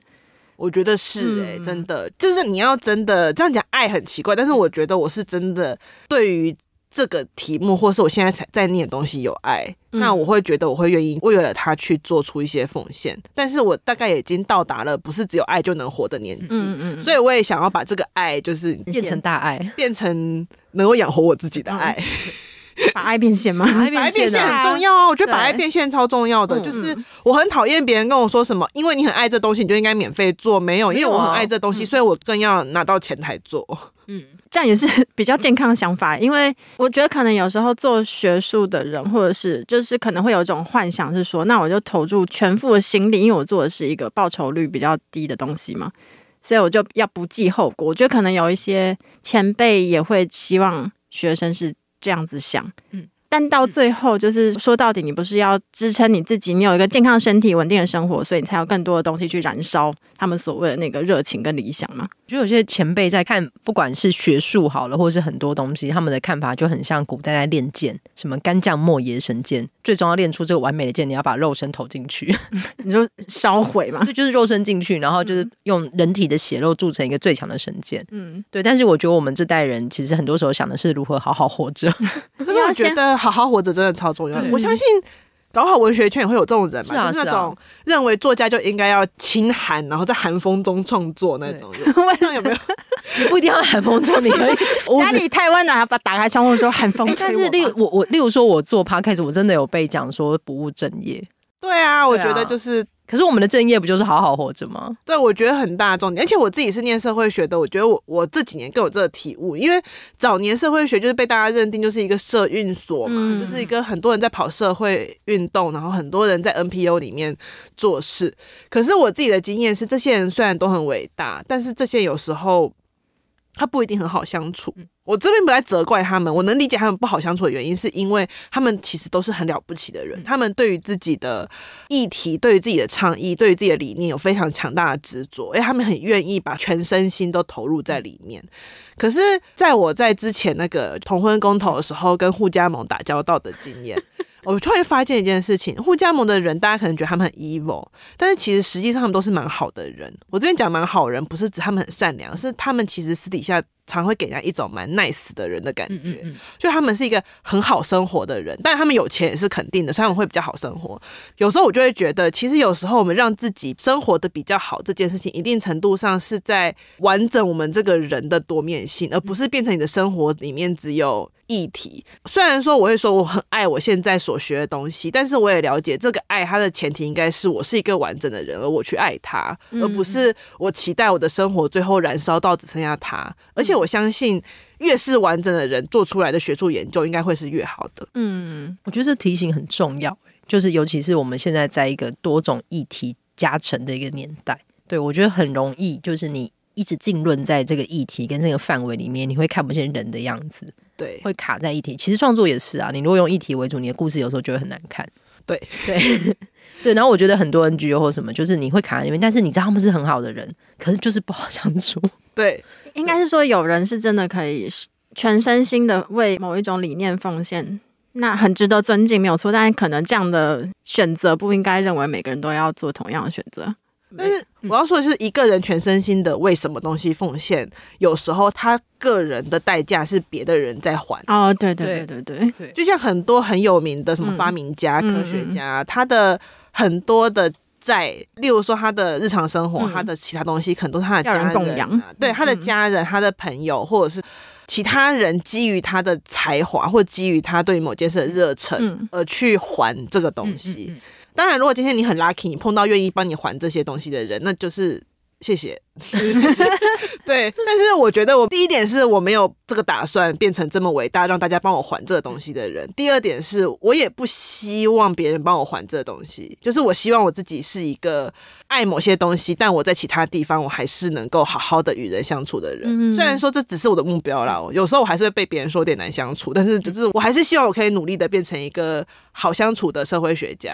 E: 我觉得是
D: 嗯
E: 哎、真的，就是你要真的这样讲爱很奇怪，但是我觉得我是真的对于这个题目，或是我现在才在念的东西有爱，
D: 嗯
E: 那我会觉得我会愿意为了他去做出一些奉献，但是我大概已经到达了不是只有爱就能活的年纪，
D: 嗯嗯，
E: 所以我也想要把这个爱就是
C: 变成大 爱，
E: 变成能够养活我自己
D: 嗯
E: 的爱。
D: 以把爱变现吗？
C: 把爱
E: 把爱
C: 变现
E: 变现
C: 啊，
E: 很重要啊，我觉得把爱
D: 对
E: 变现超重要的。
C: 嗯
E: 就是我很讨厌别人跟我说什么，因为你很爱这东西，你就应该免费做。没有，因为
D: 没有
E: 我
D: 啊
E: 很爱这东西，所以我更要拿到前台做。
C: 嗯，
D: 这样也是 比较健康的想法，因为我觉得可能有时候做学术的人，或者是就是可能会有一种幻想是说，那我就投注全副的心力，因为我做的是一个报酬率比较低的东西嘛，所以我就要不计后果。我觉得可能有一些前辈也会希望学生是这样子想，
C: 嗯
D: 嗯。但到最后，就是说到底，你不是要支撑你自己，你有一个健康的身体、稳定的生活，所以你才有更多的东西去燃烧他们所谓的那个热情跟理想嘛？
C: 我觉得有些前辈在看，不管是学术好了，或者是很多东西，他们的看法就很像古代在练剑，什么干将莫邪神剑，最终要练出这个完美的剑，你要把肉身投进 去，
D: 你说烧毁嘛？
C: 对，就是肉身进去，然后就是用人体的血肉铸成一个最强的神剑。
D: 嗯，
C: 对，但是我觉得我们这代人其实很多时候想的是如何好好活 着，
E: 可是我觉得好好活着真的超重要的
C: 对。
E: 我相信。搞好文学圈也会有这种人嘛，
C: 是啊
E: 就是那
C: 是啊
E: 种认为作家就应该要清寒，然后在寒风中创作那种人，
D: 为
E: 这样有没有？
C: 你不一定要寒风中，你可以屋
D: 家
C: 子
D: 里太温暖，还把打开窗户说寒风
C: 哎
D: 吹
C: 但是
D: 我吧
C: 例如我我例如说，我做 podcast，我真的有被讲说不务正业。
E: 对啊，我
C: 对
E: 觉
C: 啊
E: 得就是
C: 可是我们的正业不就是好好活着吗？
E: 对，我觉得很大重点，而且我自己是念社会学的，我觉得我我这几年更有这个体悟，因为早年社会学就是被大家认定就是一个社运所嘛，
D: 嗯
E: 就是一个很多人在跑社会运动，然后很多人在 NPO 里面做事。可是我自己的经验是，这些人虽然都很伟大，但是这些有时候他不一定很好相处。我这边不在责怪他们，我能理解他们不好相处的原因，是因为他们其实都是很了不起的人，他们对于自己的议题、对于自己的倡议、对于自己的理念有非常强大的执着，而且他们很愿意把全身心都投入在里面。可是，在我在之前那个同婚公投的时候，跟互加盟打交道的经验， 我突然发现一件事情：互加盟的人，大家可能觉得他们很 evil，但是其实实际上他们都是蛮好的人。我这边讲蛮好人，不是指他们很善良，是他们其实私底下常会给人家一种蛮 nice 的人的感觉。
C: 嗯嗯嗯，
E: 就他们是一个很好生活的人，但他们有钱也是肯定的，所以他们会比较好生活。有时候我就会觉得，其实有时候我们让自己生活的比较好这件事情，一定程度上是在完整我们这个人的多面性，而不是变成你的生活里面只有议题。虽然说我会说我很爱我现在所学的东西，但是我也了解这个爱它的前提应该是我是一个完整的人，而我去爱它，而不是我期待我的生活最后燃烧到只剩下它。而且我相信，越是完整的人做出来的学术研究，应该会是越好的。
D: 嗯，
C: 我觉得这提醒很重要，欸就是尤其是我们现在在一个多种议题加成的一个年代，对我觉得很容易，就是你一直浸润在这个议题跟这个范围里面，你会看不见人的样子，
E: 对，
C: 会卡在议题。其实创作也是啊，你如果用议题为主，你的故事有时候就会很难看。
E: 对
C: 对对，然后我觉得很多 NGO 或什么，就是你会卡在里面，但是你知道他们是很好的人，可是就是不好相处。
E: 对，
D: 应该是说有人是真的可以全身心的为某一种理念奉献，那很值得尊敬，没有错。但是可能这样的选择不应该认为每个人都要做同样的选择。
E: 但是
D: 嗯
E: 我要说的是，一个人全身心的为什么东西奉献，有时候他个人的代价是别的人在还。
D: 哦，对对对对对，
E: 就像很多很有名的什么
D: 嗯
E: 发明家、
D: 嗯
E: 科学家，他的很多的债，例如说他的日常生活、
D: 嗯
E: 他的其他东西，很多他的
D: 要人
E: 家人、啊、
D: 供养
E: 对他的
D: 嗯
E: 家人、他的朋友，或者是其他人，基于他的才华或基于他对于某件事的热忱，
D: 嗯
E: 而去还这个东西。
C: 嗯嗯嗯
E: 当然，如果今天你很 lucky，你碰到愿意帮你还这些东西的人，那就是谢谢。对，但是我觉得我第一点是我没有这个打算变成这么伟大，让大家帮我还这个东西的人。第二点是我也不希望别人帮我还这个东西，就是我希望我自己是一个爱某些东西，但我在其他地方我还是能够好好的与人相处的人。
D: 嗯
E: 虽然说这只是我的目标啦，我有时候我还是会被别人说有点难相处，但是就是我还是希望我可以努力的变成一个好相处的社会学家。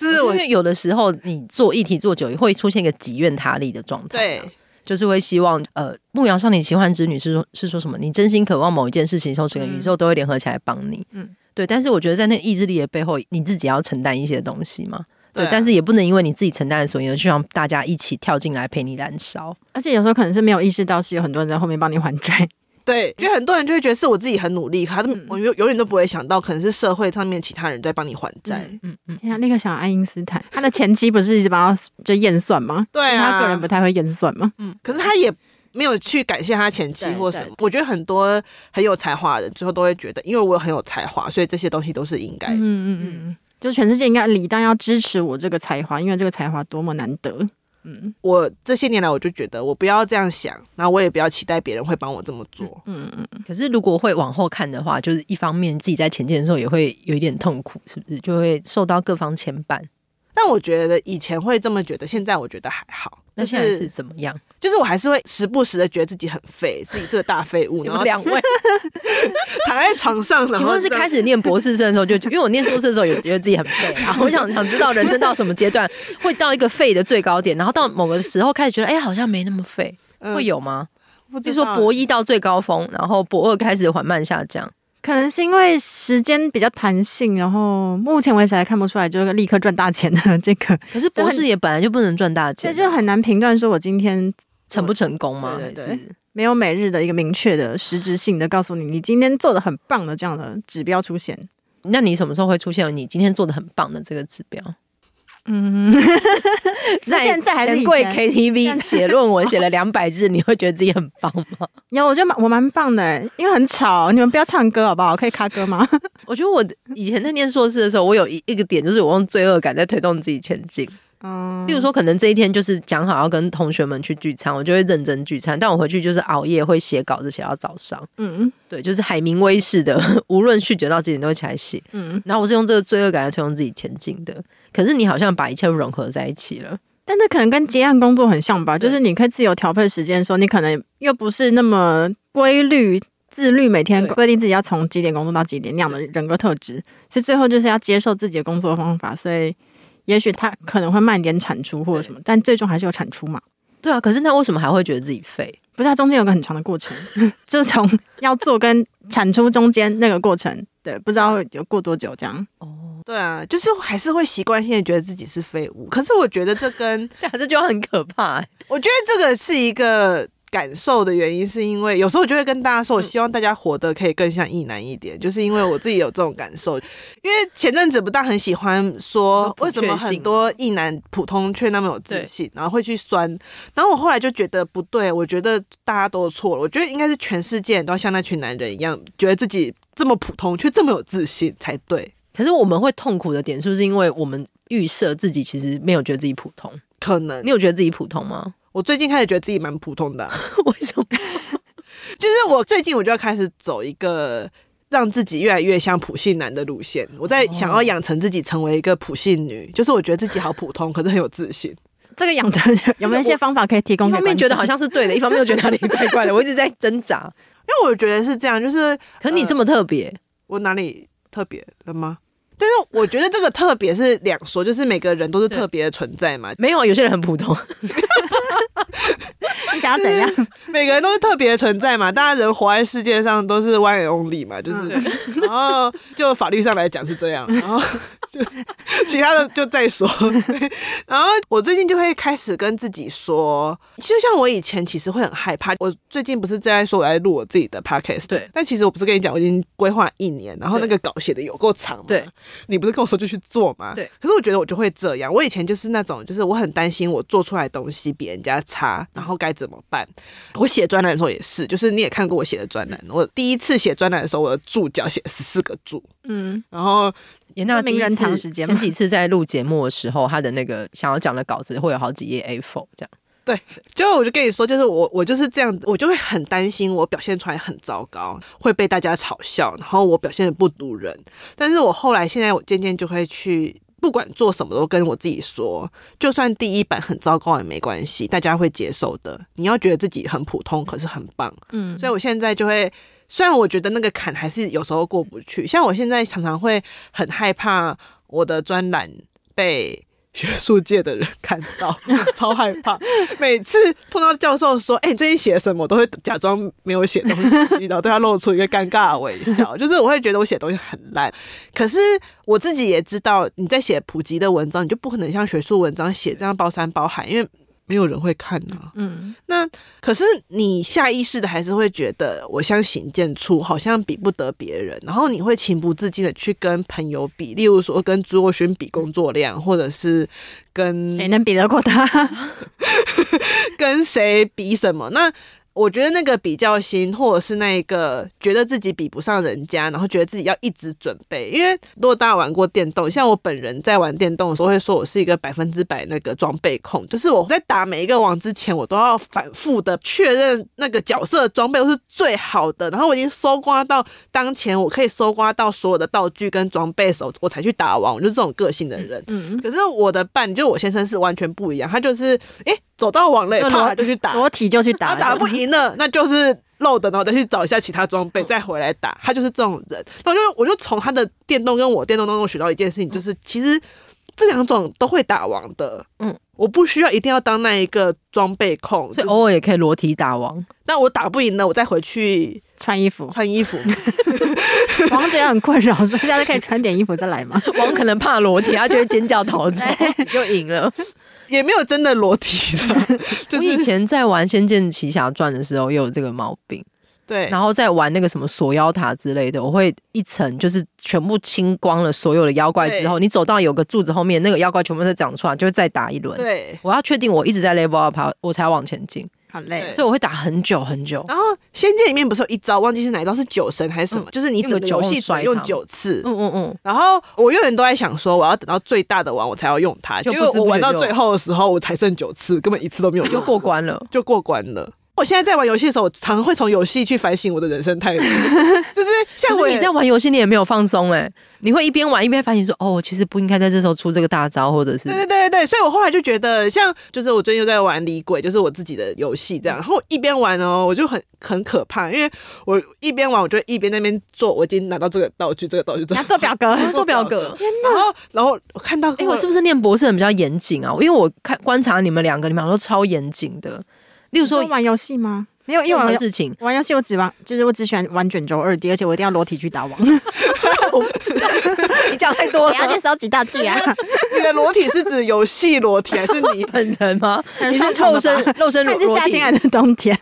E: 这是我
C: 因为有的时候你做议题做久，也会出现一个己愿他力的状态。啊
E: 对。
C: 就是会希望，呃，《牧羊少年奇幻之旅》是说，是说什么？你真心渴望某一件事情的时候，整个宇宙都会联合起来帮你。嗯
D: 嗯，
C: 对。但是我觉得在那个意志力的背后，你自己要承担一些东西嘛。对，
E: 对啊
C: 但是也不能因为你自己承担的所有，就让大家一起跳进来陪你燃烧。
D: 而且有时候可能是没有意识到，是有很多人在后面帮你还债。
E: 对，就很多人就会觉得是我自己很努力，可他们
D: 嗯
E: 我永永远都不会想到，可能是社会上面其他人在帮你还债。
C: 嗯嗯，
D: 天啊，那个小爱因斯坦，他的前妻不是一直帮他就验算吗？
E: 对啊，
D: 他个人不太会验算吗？
E: 可是他也没有去感谢他前妻
D: 对
E: 或什么。我觉得很多很有才华的人，最后都会觉得，因为我很有才华，所以这些东西都是应该的。
D: 嗯嗯嗯嗯，就全世界应该理当要支持我这个才华，因为这个才华多么难得。嗯
E: 我这些年来，我就觉得我不要这样想，然后我也不要期待别人会帮我这么做。
D: 嗯嗯嗯，
C: 可是如果会往后看的话，就是一方面自己在前进的时候也会有一点痛苦，是不是？就会受到各方牵绊。
E: 但我觉得以前会这么觉得，现在我觉得还好。
C: 那
E: 就
C: 现在是
E: 是
C: 怎么样？
E: 就是我还是会时不时的觉得自己很废，自己是个大废物，
C: 你
E: 然
C: 们
E: 后
C: 两位，
E: 躺在床上。然后
C: 请问是
E: 这样
C: 开始念博士生的时候就，因为我念硕士的时候也觉得自己很废啊，我想想知道人生到什么阶段会到一个废的最高点，然后到某个时候开始觉得，哎、好像没那么废，
E: 嗯
C: 会有吗？
E: 不
C: 就
E: 知
C: 是说
E: 道
D: 欸
C: 博一到最高峰，然后博二开始缓慢下降，
D: 可能是因为时间比较弹性，然后目前为止还看不出来就是立刻赚大钱的这 个，
C: 可是博士也本来就不能赚大
D: 所
C: 钱
D: 以，就很难评断说我今天
C: 成不成功吗？
D: 对对
C: 还
D: 对
C: 是
D: 没有每日的一个明确的实质性的告诉你，你今天做的很棒的这样的指标出现。
C: 那你什么时候会出现你今天做的很棒的这个 指标？
D: 嗯，
C: 在
D: 现在还是
C: 钱
D: 以前
C: 柜 KTV 写论文写了两百字，你会觉得自己很棒吗？
D: 有，我觉得蛮我蛮棒的欸，因为很吵，你们不要唱歌好不好？可以卡歌吗？
C: 我觉得我以前在念硕士的时候，我有一一个点就是我用罪恶感在推动自己前进。
D: 嗯，
C: 例如，说，可能这一天就是讲好要跟同学们去聚餐，我就会认真聚餐，但我回去就是熬夜，会写稿子写到早上。
D: 嗯
C: 对，就是海明威式的， 无论酗酒到几点都会起来写。
D: 嗯，
C: 然后我是用这个罪恶感来推动自己前进的。可是你好像把一切融合在一起了，
D: 但这可能跟接案工作很像吧，
C: 对
D: 就是你可以自由调配时间，说你可能又不是那么规律。自律每天
C: 对
D: 规定自己要从几点工作到几点那样的人格特质，所以最后就是要接受自己的工作方法，所以也许他可能会慢点产出或者什么，但最终还是有产出嘛。
C: 对啊。可是那为什么还会觉得自己废？
D: 不是，它中间有个很长的过程，就是从要做跟产出中间那个过程，对，不知道会有过多久这样。
C: 哦，
E: 对啊，就是还是会习惯性的觉得自己是废物。可是我觉得这跟
C: 对啊，这就很可怕、欸。
E: 我觉得这个是一个感受的原因，是因为有时候我就会跟大家
C: 嗯
E: 说，我希望大家活得可以更像意男一点，就是因为我自己有这种感受。因为前阵子不大很喜欢说
C: 说，
E: 为什
C: 普
E: 么
C: 确性
E: 很多意男普通却那么有自信，然后会去酸。然后我后来就觉得不对，我觉得大家都错了，我觉得应该是全世界人都要像那群男人一样，觉得自己这么普通却这么有自信才对。
C: 可是我们会痛苦的点，是不是因为我们预设自己其实没有觉得自己普通？
E: 可能
C: 你有觉得自己普通吗？
E: 我最近开始觉得自己蛮普通的啊、
C: 为什么？
E: 就是我最近我就要开始走一个让自己越来越像普信男的路线。我在想要养成自己成为一个普信女，就是我觉得自己好普通，可是很有自信。
D: 这个养成有没有一些方法可以提供
C: 一
D: 给
C: 方
D: 观众？
C: 面觉得好像是对 的，一方面又觉得哪里怪怪的，我一直在挣扎。呃
E: 因为我觉得是这样，就是
C: 可你这么特别，
E: 我哪里特别了吗？但是我觉得这个特别是两说，就是每个人都是特别的存在嘛，
C: 没有啊？有些人很普 通，
D: 你想要怎样？
E: 每个人都是特别的存在嘛，大家人活在世界上都是 one and only 嘛，就是，
C: 嗯
E: 然后就法律上来讲是这样，然后 就其他的就再说。 然后我最近就会开始跟自己说，就像我以前其实会很害怕，我最近不是正在说我在录我自己的 podcast，
C: 对
E: 但其实我不是跟你讲我已经规划一年，然后那个稿写的有够长嘛，
C: 对，
E: 你不是跟我说就去做嘛，
C: 对，
E: 可是我觉得我就会这样，我以前就是那种，就是我很担心我做出来的东西比人家差，然后该怎么办？我写专栏的时候也是，就是你也看过我写的专栏，我第一次写专栏的时候，我的注脚写十四个注，
D: 嗯，
E: 然后
C: 严娜第
D: 名
C: 一
D: 人堂
C: 次
D: 时间吗
C: 前几次在录节目的时候，她的那个想要讲的稿子会有好几页 A4 这样，
E: 就我就跟你说，就是我我就是这样，我就会很担心我表现出来很糟糕，会被大家嘲笑，然后我表现的不如人。但是我后来现在我渐渐就会去，不管做什么都跟我自己说，就算第一版很糟糕也没关系，大家会接受的。你要觉得自己很普通，可是很棒。
D: 嗯，
E: 所以我现在就会，虽然我觉得那个坎还是有时候过不去，像我现在常常会很害怕我的专栏被。学术界的人看到， 超害怕。每次碰到教授说：“哎、你最近写什么？”我都会假装没有写东西，然后对他露出一个尴尬的微笑。 就是我会觉得我写东西很烂，可是我自己也知道，你在写普及的文章，你就不可能像学术文章写这样包山包海，因为没有人会看呐、
D: 嗯，
E: 那可是你下意识的还是会觉得，我相形见绌，好像比不得别人，然后你会情不自禁的去跟朋友比，例如说跟朱若勋比工作量，或者是
C: 嗯
E: 跟
D: 谁能比得过他？
E: 跟谁比什么？那我觉得那个比较心，或者是那一个觉得自己比不上人家，然后觉得自己要一直准备。因为如果大家玩过电动，像我本人在玩电动的时候，会说我是一个百分之百那个装备控，就是我在打每一个王之前，我都要反复的确认那个角色的装备是最好的，然后我已经搜刮到当前我可以搜刮到所有的道具跟装备的时候，我才去打王。我就是这种个性的人。
D: 嗯，
E: 可是我的伴，就我先生是完全不一样，他就是诶走到网了，啪就去打，
D: 裸体就去打
E: 他
D: 了，
E: 打不赢了，那就是漏的，然后再 去找一下其他装备，再回来打。他就是这种人。那我就我就从他的电动跟我电动当中学到一件事情，就是其实这两种都会打王的。
C: 嗯，
E: 我不需要一定要当那一个装备控，
C: 所以
E: 就是
C: 偶尔也可以裸体打王。
E: 那我打不赢了，我再回去
D: 穿衣 服，
E: 穿衣服。
D: 王者很困扰，所以大家可以穿点衣服再来嘛。
C: 王可能怕裸体，他就会尖叫逃 走，就赢了。
E: 也没有真的裸体了， 就
C: 我以
E: 是
C: 前在玩《仙剑奇侠传》的时候，也有这个毛病，
E: 对，
C: 然后在玩那个什么锁妖塔之类的，我会一层就是全部清光了所有的妖怪之后，你走到有个柱子后面，那个妖怪全部都长出来，就会再打一轮。
E: 对。
C: 我要确定我一直在 level up，我才往前进，
D: 好累
E: 对，
C: 所以我会打很久很久。
D: 啊
E: 然后《仙剑》里面不是有一招，忘记是哪一招，是酒神还是什么？
C: 嗯
E: 就是你整
C: 用
E: 个
C: 个酒
E: 游戏
C: 瓮
E: 只
C: 摔
E: 用
C: 它
E: 九次，
C: 嗯嗯嗯，
E: 然后我永远都在想说，我要等到最大的玩我才要用它。结
C: 就不
E: 果
C: 知
E: 我
C: 不
E: 玩
C: 觉
E: 到
C: 就
E: 最后的时候，我才剩九次，根本一次都没有
C: 就
E: 用，
C: 过关了。
E: 就过关了。我现在在玩游戏的时候，我常常会从游戏去反省我的人生 态度，就是像
C: 可
E: 我
C: 是
E: 也
C: 你在玩游戏，你也没有放松哎、你会一边玩一边反省说，哦，我其实不应该在这时候出这个大招，或者是
E: 对对对对，所以我后来就觉得，像就是我最近又在玩《李鬼》，就是我自己的游戏这
C: 嗯
E: 样。然后一边玩哦，我就很很可怕，因为我一边玩，我就一边在那边做，我已经拿到这个道具，这个道具，这
D: 你要
E: 个
D: 做表 格，
C: 做表格。
E: 然后然后我看到，
C: 哎、我是不是念博士很比较严谨啊？因为我看观察你们两个，你们两个都超严谨的。例如
D: 你说
C: 说，
D: 玩游戏吗？没有，因为
C: 任
D: 我
C: 何事 情，
D: 玩游戏我只玩，就是我只喜欢玩卷轴二 D，而且我一定要裸体去打 王，
C: 你讲太多
D: 我要去
C: 了。
D: 收集道具 啊。
E: 你的裸体是指游戏裸体，还是 你
C: 本人吗？
D: 很
C: 你是
D: 擅长
C: 肉
D: 的
C: 身
D: 吧
C: 肉身裸
D: 看是
C: 裸
D: 夏
C: 体
D: 天，还是冬天？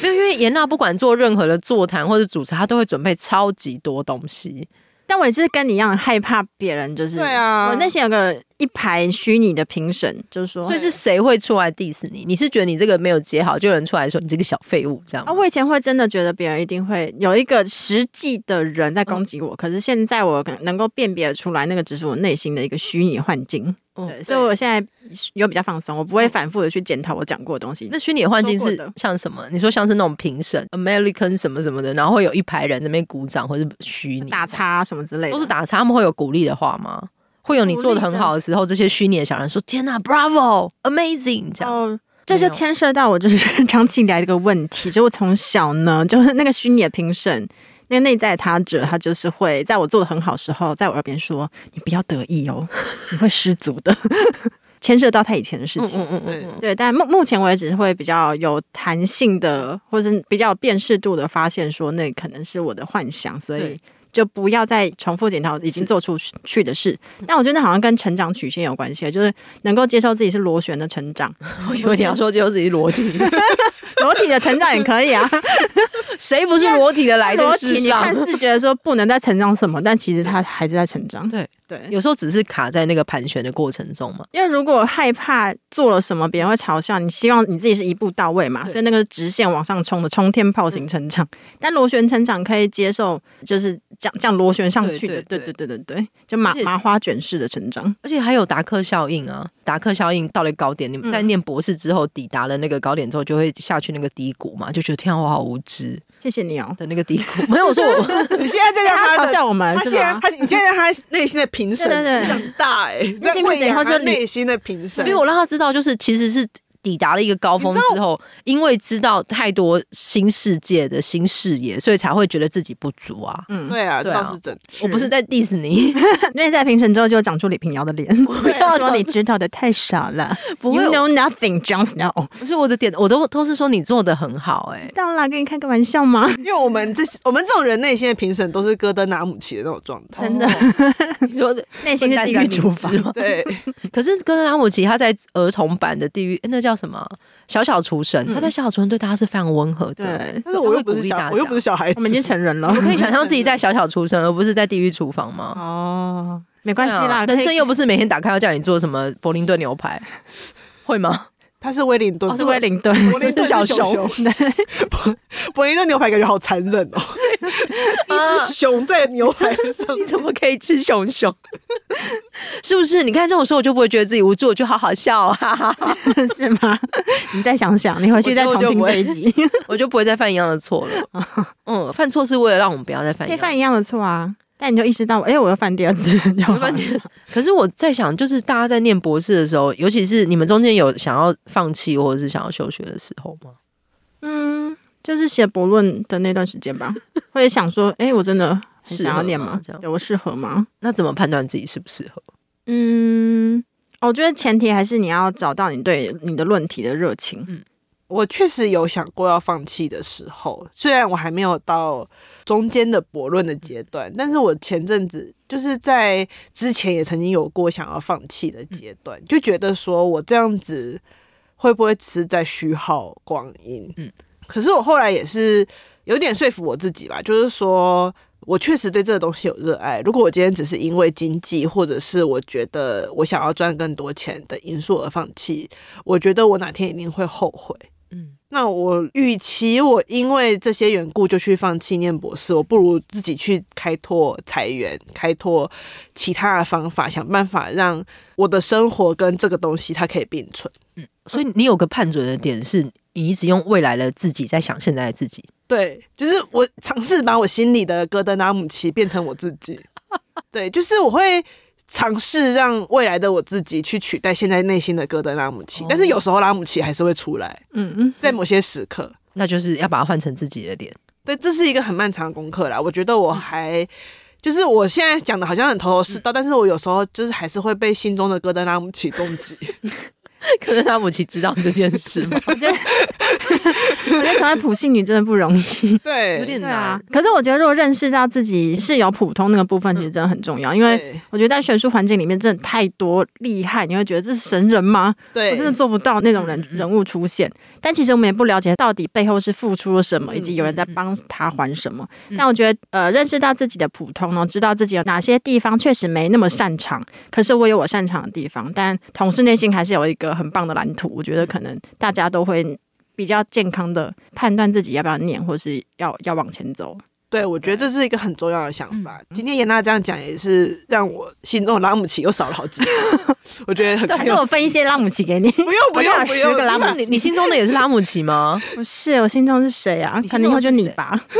C: 没有，因为严娜不管做任何的座谈或者主持，她都会准备超级多东西。
D: 但我也是跟你一样害怕别人，就是
E: 对啊
D: 我内心有个一排虚拟的评审，就是说，
C: 所以是谁会出来 diss 你？你是觉得你这个没有解好，就有人出来说你这个小废物这样
D: 啊，
C: 吗？
D: 我以前会真的觉得别人一定会有一个实际的人在攻击我，可是现在我可能能够辨别出来，那个只是我内心的一个虚拟幻境。
C: 嗯
D: 对，所以我嗯现在有比较放松，我不会反复的去检讨我讲过的东西。
C: 那虚拟幻境
D: 说
C: 是
D: 过的
C: 像什么？你说像是那种评审 American 什么什么的，然后会有一排人在那边鼓掌或者虚拟
D: 打叉什么之类的，
C: 都是打叉，他们会有鼓励的话吗？会有你做的很好的时候，这些虚拟的小人说：“天呐 b r a v o amazing！” 这样，
D: 哦，这就牵涉到我就是长期以来的一个问题， 就我从小呢，就是那个虚拟的评审，那个内在的他者，他就是会在我做的很好时候，在我耳边说：“你不要得意哦， 你会失足的。” 牵涉到他以前的事
C: 嗯
D: 情。
C: 嗯嗯嗯嗯，
D: 对，但目目前为止会比较有弹性的，或者比较有辨识度的发现，说那可能是我的幻想，所以
C: 对
D: 就不要再重复检讨已经
C: 是嗯
D: 做出去的事。但我觉得好像跟成长曲线有关系，就是能够接受自己是螺旋的成长，
C: 我以为你要说就是自己裸 体，
D: 裸体的成长也可以啊。
C: 谁不是裸体的来这
D: 裸
C: 个
D: 体
C: 世
D: 你
C: 上
D: 看？似觉得说不能再成长什么，但其实它还是在成长。
C: 对
D: 对对。
C: 有时候只是卡在那个盘旋的过程中嘛。
D: 因为如果害怕做了什么别人会嘲笑你，希望你自己是一步到位嘛，
C: 对
D: 所以那个是直线往上冲的，冲天炮型成长。但螺旋成长可以接受，就是这样这样螺旋上去的，
C: 对对
D: 对对对对对，就麻
C: 而且
D: 麻花卷式的成长。
C: 而且还有达克效应啊，达克效应到了高点，你们
D: 嗯
C: 在念博士之后抵达了那个高点之后，就会下去那个低谷嘛，就觉得天啊，我好无知
D: 谢谢你哦，
C: 的那个低 谷。没有，我说我
E: 你现在在让
D: 他
E: 他
D: 嘲
E: 的，
D: 笑我们
E: 他
D: 是
E: 现在
D: 吧？
E: 他你现在他内心的评审
D: 对对对
E: 长大哎，
D: 内
E: 在
D: 心评审
E: 喂养
D: 以后
E: 他
D: 就
E: 内心的评审
C: 因为。我让他知道，就是其实是抵达了一个高峰
E: 你知道
C: 之后，因为知道太多新世界的新视野，所以才会觉得自己不足啊。
D: 嗯，
E: 对啊，
C: 对
E: 这
C: 啊
E: 倒是真的。
C: 我不是在 diss 你，
D: 因为在评审之后就长出李平遥的脸，
C: 不要
D: 说你知道的太少了，
C: 不会
D: you know nothing, John Snow。
C: 不是我的点，我都都是说你做的很好、哎，
D: 到啦，跟你开个玩笑吗？
E: 因为我们这我们这种人内心的评审都是戈登拿姆齐的那种状 态。
D: 真的
C: 哦你说 的
D: 内心是地狱厨
C: 笨蛋三
D: 房
C: 明治吗？
E: 对，
C: 可是戈登拉姆齐他在儿童版的地狱，诶那叫什么？小小厨神，他在小小厨神对大家是非常温和的。
D: 对，
E: 但是我
C: 他会
E: 又不
C: 鼓
E: 是
C: 励大
E: 小，
C: 家
E: 我又不是小孩子。
D: 我们已经成人了
C: 我。可以想象自己 在小小厨神，而不是在地狱厨房吗？
D: 哦，没关系
C: 对啊
D: 啦，
C: 人
D: 可以
C: 生又不是每天打开要叫你做什么柏林顿牛排，会吗？
E: 他是威灵顿，
D: 哦是威灵顿，
E: 柏林顿
D: 是小
E: 熊
D: 熊，
E: 柏林顿牛排感觉好残忍哦，
D: 呃
E: 一只熊在牛排上。
C: 你怎么可以吃熊熊？ 是不是？你看这种时候，我就不会觉得自己无助，我就好好笑、啊，哈哈哈
D: 是吗？你再想想，你回去再重听这一 集，
C: 我就不会再犯一样的错了。嗯，犯错是为了让我们不要再犯一
D: 可以
C: 样的错
D: 犯一样的错啊。但你就意识到，哎、我又犯第二 次，就好
C: 没问题。可是我在想，就是大家在念博士的时候，尤其是你们中间有想要放弃或者是想要休学的时候吗？
D: 嗯，就是写博论的那段时间 吧，或者想说，哎、我真的很想要念
C: 适合吗
D: 吗
C: 这样？
D: 对我适合吗？
C: 那怎么判断自己适不适合？
D: 嗯，我觉得前提还是你要找到你对你的论题的热情。
E: 我确实有想过要放弃的时候，虽然我还没有到中间的驳论的阶段，但是我前阵子就是在之前也曾经有过想要放弃的阶段，就觉得说我这样子会不会只是在虚耗光阴？
C: 嗯
E: 嗯，可是我后来也是有点说服我自己吧，就是说。我确实对这个东西有热爱。如果我今天只是因为经济，或者是我觉得我想要赚更多钱的因素而放弃，我觉得我哪天一定会后悔。
C: 嗯，
E: 那我与其我因为这些缘故就去放弃念博士，我不如自己去开拓财源，开拓其他的方法，想办法让我的生活跟这个东西它可以并存。
C: 所以你有个判准的点是，你一直用未来的自己在想现在的自己。
E: 对，就是我尝试把我心里的戈登拉姆齐变成我自己。 对，就是我会尝试让未来的我自己去取代现在内心的戈登拉姆齐，
C: 哦
E: 但是有时候拉姆齐还是会出来，
D: 嗯嗯，
E: 在某些时刻。
C: 那就是要把它换成自己的脸，
E: 对，这是一个很漫长的功课啦。我觉得我还就是我现在讲的好像很头头是道，但是我有时候就是还是会被心中的戈登拉姆齐终击。
C: 可是拉姆齐知道这件事吗？
D: 我觉得， 我觉得成为普信女真的不容易。
E: 对，
C: 有点
D: 对
C: 难。
D: 啊，嗯可是我觉得如果认识到自己是有普通那个部分，其实真的很重要，因为
E: 对
D: 我觉得在学术环境里面真的太多厉害，你会觉得这是神人吗？我真的
E: 对
D: 做不到那
C: 嗯
D: 种人人物出现。但其实我们也不了解到底背后是付出了什
C: 嗯
D: 么，以及有人在帮他还什么。但我觉得，呃，认识到自己的普通呢，知道自己有哪些地方确实没那么擅长，
C: 嗯
D: 可是我有我擅长的地方。但同事内心还是有一个很棒的蓝图，我觉得可能大家都会。比较健康的判断自己要不要念，或是要要往前走。
E: 对，我觉得这是一个很重要的想法。今天严娜这样讲也是让我心中的拉姆齐又少了好几个，我觉得很
D: 还
E: 开
C: 哎
D: 是
E: 心。
D: 我分一些拉姆齐 给你？
E: 不用不
D: 我
E: 用
D: 想
E: 不用，
D: 十个拉姆
E: 不
C: 那
E: 是
C: 你你心中的也是拉姆齐 吗？
D: 不是，我心中是谁啊
C: 你？
D: 可
C: 心
D: 能
C: 中
D: 以后
C: 是
D: 就你
C: 谁
D: 吧。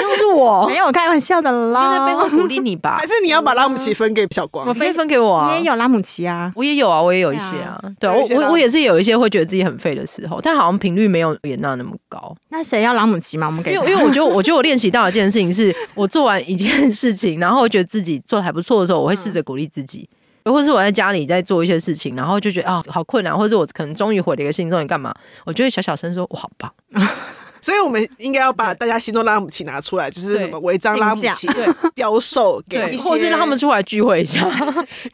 C: 就是我
D: 没，有，我开玩笑的
C: 我在
D: 啦。
C: 背后鼓励你吧
E: 还。是你要把拉姆齐分给小光
C: 你？可以分给我啊，
D: 你也有拉姆齐啊？
C: 我也有啊，我也有一些啊，对啊
E: 有
C: 我
E: 一些
C: 我
E: 吧
C: 我也是有一些会觉得自己很废的时候，但好像频率没有严娜那么高，
D: 那谁要拉姆齐吗？我们
C: 因
D: 给
C: 为
D: 他
C: 因为我觉得我觉得我练习到一件事情 是，我做完一件事情，然后觉得自己做的还不错的时候，我会试
D: 嗯
C: 着鼓励自己。或者是我在家里在做一些事情，然后就觉得啊、好困难，或者是我可能终于回了一个信，终于干嘛？我就会小小声说：“我好棒。
E: 所以我们应该要把大家心中的拉姆齐拿出来，就是
C: 对
E: 什么违章拉姆齐
D: 竞”
C: 对
E: 标售给
C: 对，
E: 一些，
C: 或是让他们出来聚会一 下。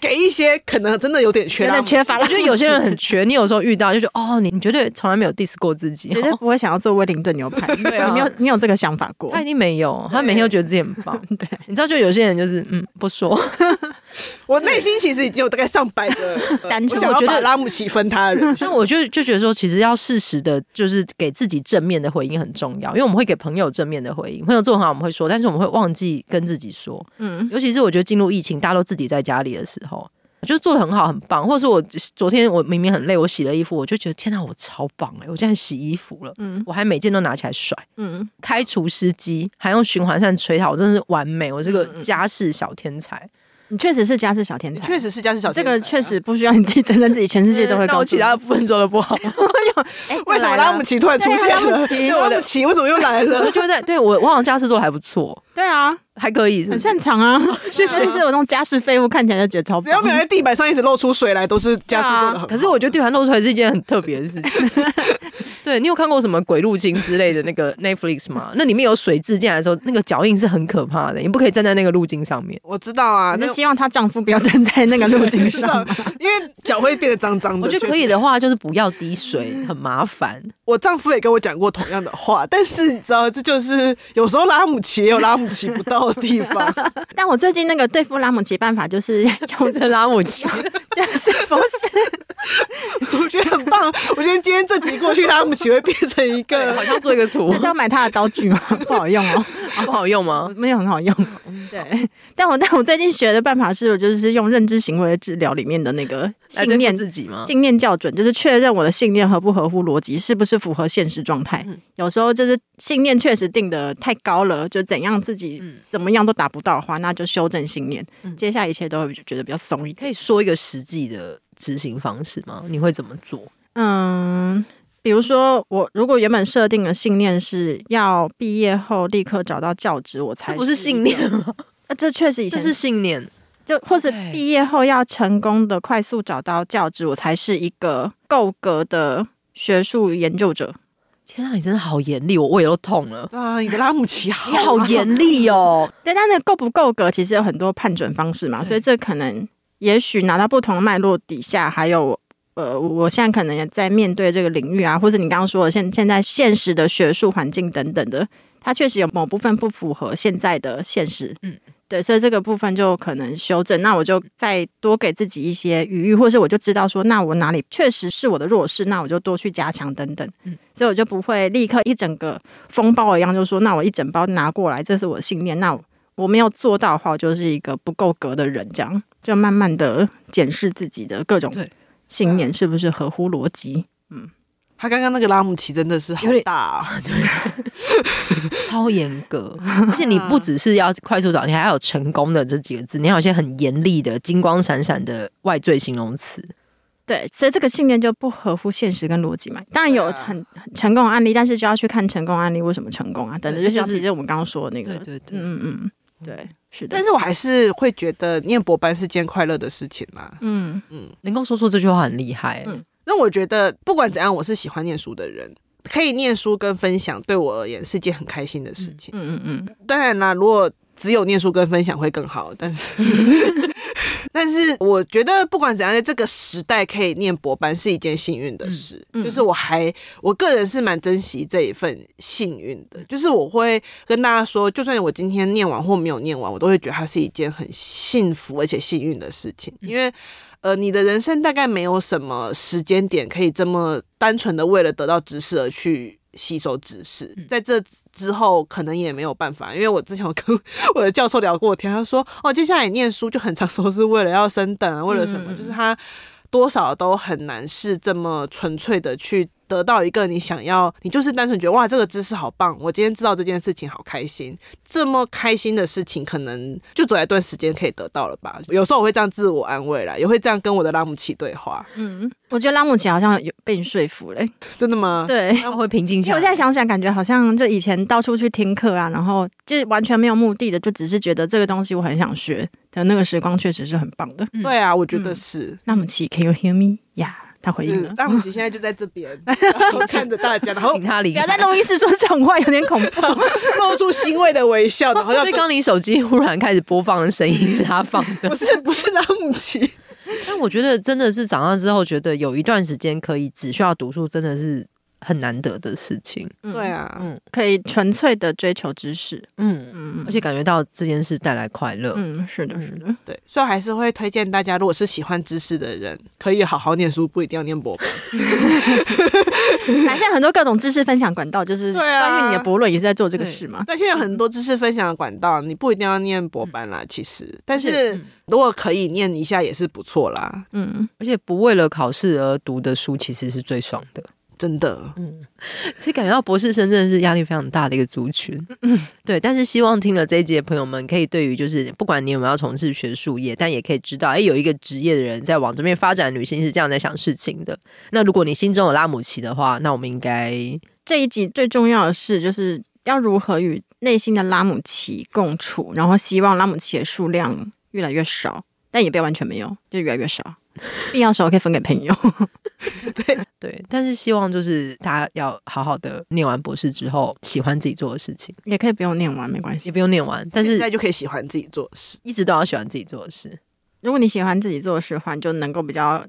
E: 给一些可能真的有点缺
D: 有
E: 拉姆
D: 点
E: 齐
D: 缺乏
C: 我
D: 拉姆
C: 觉
D: 齐
C: 得有些人很缺，你有时候遇到就觉得哦，你你绝对从来没有 diss 过自己，
D: 绝对不会想要做威灵顿牛 排。
C: 对啊
D: 你有你有这个想法过
C: 他？一定没有，他每天都觉得自己很棒。
D: 对，
C: 你知道，就有些人就是嗯不说，
E: 我内心其实已经有大概上百 个，呃
D: 单纯
E: 我想
C: 我
E: 要
C: 觉得。
E: 把拉姆齐分他的人
C: 但我就就觉得说，其实要适时的，就是给自己正面的回应很重要，因为我们会给朋友正面的回应，朋友做很好我们会说，但是我们会忘记跟自己说，
D: 嗯，
C: 尤其是我觉得进入疫情，大家都自己在家里的时候，就是做的很好，很棒。或者是我昨天我明明很累，我洗了衣服，我就觉得天哪，我超棒哎、我竟然洗衣服了，
D: 嗯
C: 我还每件都拿起来甩，
D: 嗯，
C: 开除湿机，还用循环扇吹它，我真的是完美，我这个
D: 嗯嗯
C: 家事小天才。
D: 你确实是家事小天
E: 你
D: 才，
E: 确实是家事小
D: 这
E: 天才啊
D: 个确实不需要你自己真正自己，全世界都会
C: 那
D: 告
C: 我
D: 诉
C: 其
D: 你。
C: 他的部分做的不好，
D: 哎
E: 为什么拉姆？齐突然出
C: 啊
E: 现
D: 对拉 姆
E: 了？
D: 齐
E: 拉姆齐为什么又来了？
C: 就会在 对我我好像家事做的还不错，
D: 又来了对啊，
C: 还可以是不
D: 很
C: 是，
D: 擅长啊。
E: 谢
D: 但是有那种家事废物，看起来就觉得超
E: 只要
D: 棒
E: 没。有在地板上一直露出水来，都是家事做的很好。
C: 啊可是我觉得地盘露出来是一件很特别的事情。 对你有看过什么鬼入侵之类的那个 Netflix 吗？那里面有水渍进来的时候，那个脚印是很可怕的，你不可以站在那个路径上面。
E: 我知道啊，
D: 你
E: 那
D: 是希望她丈夫不要站在那个路径
E: 是 啊
D: 上，
E: 因为脚会变得脏脏的。
C: 我觉得可以
E: 确实。
C: 的话，就是不要滴水，很麻 烦。
E: 我丈夫也跟我讲过同样的话，但是你知道，这就是有时候拉姆齐也有拉姆齐不到的地方。
D: 但我最近那个对付拉姆齐办法就是用 着拉姆齐，就是不是
E: 我觉得很棒。我觉得今天这集过去，拉姆齐会变成一
C: 对，
E: 个
C: 好像做一个 图
D: 是要买他的刀具吗？不好用哦，
C: 不好用吗？
D: 没有很好用。
C: 嗯
D: 对，但我但我最近学的办法是我就是用认知行为治疗里面的那个
C: 来
D: 信
C: 对
D: 念
C: 付自己吗？
D: 信念校准，就是确认我的信念合不合乎逻辑，是不是符合现实状态。
C: 嗯
D: 有时候就是信念确实定的太高了，就怎样自己
C: 嗯
D: 怎么样都达不到的话，那就修正信念，
C: 嗯
D: 接下来一切都会觉得比较松一
C: 可
D: 点。
C: 以说一个实际的执行方式吗？你会怎么做？
D: 嗯，比如说我如果原本设定的信念是要毕业后立刻找到教职，我才
C: 这不是信念吗？
D: 呃，这确实以
C: 这
D: 前
C: 是信念。
D: 就或者
C: OK
D: 毕业后要成功的快速找到教职，我才是一个够格的学术研究者。
C: 天啊，你真的好严厉，我胃都痛了。
E: 啊，你的拉姆齐好
C: 你好严厉哦！
D: 对，但那够不够格，其实有很多判准方式嘛，
C: 对
D: 所以这可能也许拿到不同的脉络底下，还有呃，我现在可能也在面对这个领域啊，或者你刚刚说的现现在现实的学术环境等等的，它确实有某部分不符合现在的现实，
C: 嗯。
D: 对，所以这个部分就可能修正。那我就再多给自己一些余裕，或是我就知道说，那我哪里确实是我的弱势，那我就多去加强等等。
C: 嗯
D: 所以我就不会立刻一整个风暴一样，就说那我一整包拿过来，这是我的信念。那我我没有做到的话，我就是一个不够格的人，这样就慢慢的检视自己的各种
C: 对
D: 信念是不是合乎逻辑。
E: 他刚刚那个拉姆齐真的是好
C: 有点
E: 大、啊，
C: 超严 格，而且你不只是要快速找，你还要有成功的这几个字，你还有一些很严厉的、金光闪闪的外缀形容词。
D: 对，所以这个信念就不合乎现实跟逻辑嘛。当然有
E: 对啊
D: 很很成功的案例，但是就要去看成功案例为什么成功啊，等等，
C: 对
D: 就像
C: 就是
D: 其实我们刚刚说的那个，
C: 对
D: 嗯嗯嗯，对，是的
E: 但，是我还是会觉得念博班是件快乐的事情啦。
D: 嗯
C: 能够说出这句话很厉害、
D: 嗯
E: 那我觉得不管怎样，我是喜欢念书的人，可以念书跟分享对我而言是件很开心的事情。
D: 嗯嗯嗯，
E: 当然啦，如果只有念书跟分享会更好，但是但是我觉得不管怎样，在这个时代可以念博班是一件幸运的事，
D: 嗯嗯
E: 就是我还我个人是蛮珍惜这一份幸运的，
D: 嗯
E: 就是我会跟大家说，就算我今天念完或没有念完，我都会觉得它是一件很幸福而且幸运的事情，
D: 嗯
E: 因为。呃，你的人生大概没有什么时间点可以这么单纯的为了得到知识而去吸收知识，
D: 嗯
E: 在这之后可能也没有办法，因为我之前有跟 我的教授聊过天，他说哦，接下来你念书就很长 时候是为了要升等啊，为了什么，
D: 嗯
E: 就是他多少都很难是这么纯粹的去。得到一个你想要，你就是单纯觉得哇，这个知识好棒，我今天知道这件事情好开心，这么开心的事情，可能就走一段时间可以得到了吧。有时候我会这样自我安慰啦，也会这样跟我的拉姆奇对话。
D: 嗯，我觉得拉姆奇好像有被你说服嘞、
E: 真的吗？
D: 对，
C: 他会平静
D: 其实
C: 下
D: 我
C: 来。
D: 现在想想，感觉好像就以前到处去听课啊，然后就是完全没有目的的，就只是觉得这个东西我很想学的那个时光，确实是很棒的。
C: 嗯
E: 对啊，我觉得是。
D: 那么奇，Can you hear me？呀、他回应
E: 是
D: 了。
E: 拉姆奇现在就在这边，然后看着大家，然后
C: 请他离
D: 不
C: 开
D: 要。在录音室说这种话，有点恐怖。
E: 露出欣慰的微笑，然后要
C: 所以刚你手机忽然开始播放的声音是他放的
E: 不，是不是拉姆奇，
C: 但我觉得真的是长大之后，觉得有一段时间可以只需要读书，真的是很难得的事情。
D: 嗯
E: 对，啊，
C: 嗯
D: 可以纯粹的追求知识，
C: 嗯，
D: 嗯，
C: 而且感觉到这件事带来快乐。
D: 嗯，是的，是 的，
E: 对，所以我还是会推荐大家，如果是喜欢知识的人，可以好好念书，不一定要念博班。
D: 反正现在很多各种知识分享管道，就是
E: 对啊
D: 关于你的博论也是在做这个事嘛。
E: 那现在有很多知识分享的管道，你不一定要念博班啦，其实，但是
C: 嗯
E: 如果可以念一下也是不错啦，
D: 嗯，
C: 而且不为了考试而读的书，其实是最爽的。
E: 真的。
C: 其实感觉到博士生真的是压力非常大的一个族群，
D: 嗯
C: 对。但是希望听了这一集的朋友们，可以对于就是不管你有没有要从事学术业，但也可以知道，哎，有一个职业的人在往这边发展，女性是这样在想事情的。那如果你心中有拉姆齐的话，那我们应该
D: 这一集最重要的是，就是要如何与内心的拉姆齐共处，然后希望拉姆齐的数量越来越少，但也不要完全没有，就越来越少。必要的时候可以分给朋友。
C: 对。但是希望就是大家要好好的念完博士之后，喜欢自己做的事情，
D: 也可以不用念完，没关
C: 也
D: 系。
C: 不用念完，但
E: 现
C: 是
E: 在就可以喜欢自己做的事，
C: 一直都要喜欢自己做的事。
D: 如果你喜欢自己做的事的话，你就能够比较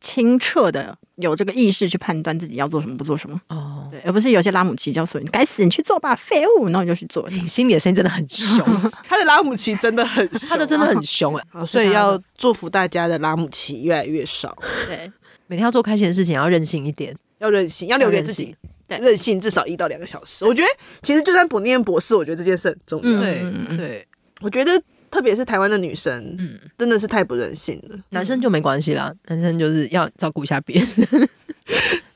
D: 清澈的有这个意识去判断自己要做什么，不做什么。
C: 哦，
D: 对，而不是有些拉姆齐教唆你，该死，你去做吧，废物，然后你就去 做。
C: 你心里的声音真的很 凶，
E: 他的拉姆齐真的很
C: 他的真的很凶哎、
E: 好，所以要祝福大家的拉姆齐越来越少，
D: 对，
C: 每天要做开心的事情，要任性一点。
E: 要任性，要留给自己
D: 对
E: 任性，至少一到两个小时。我觉得其实就算不念博士，我觉得这件事很重要。
D: 嗯
C: 对对，
E: 我觉得特别是台湾的女生，
C: 嗯。
E: 真的是太不任性了，
C: 男
D: 嗯
C: 生就没关系啦，男生就是要照顾一下别人，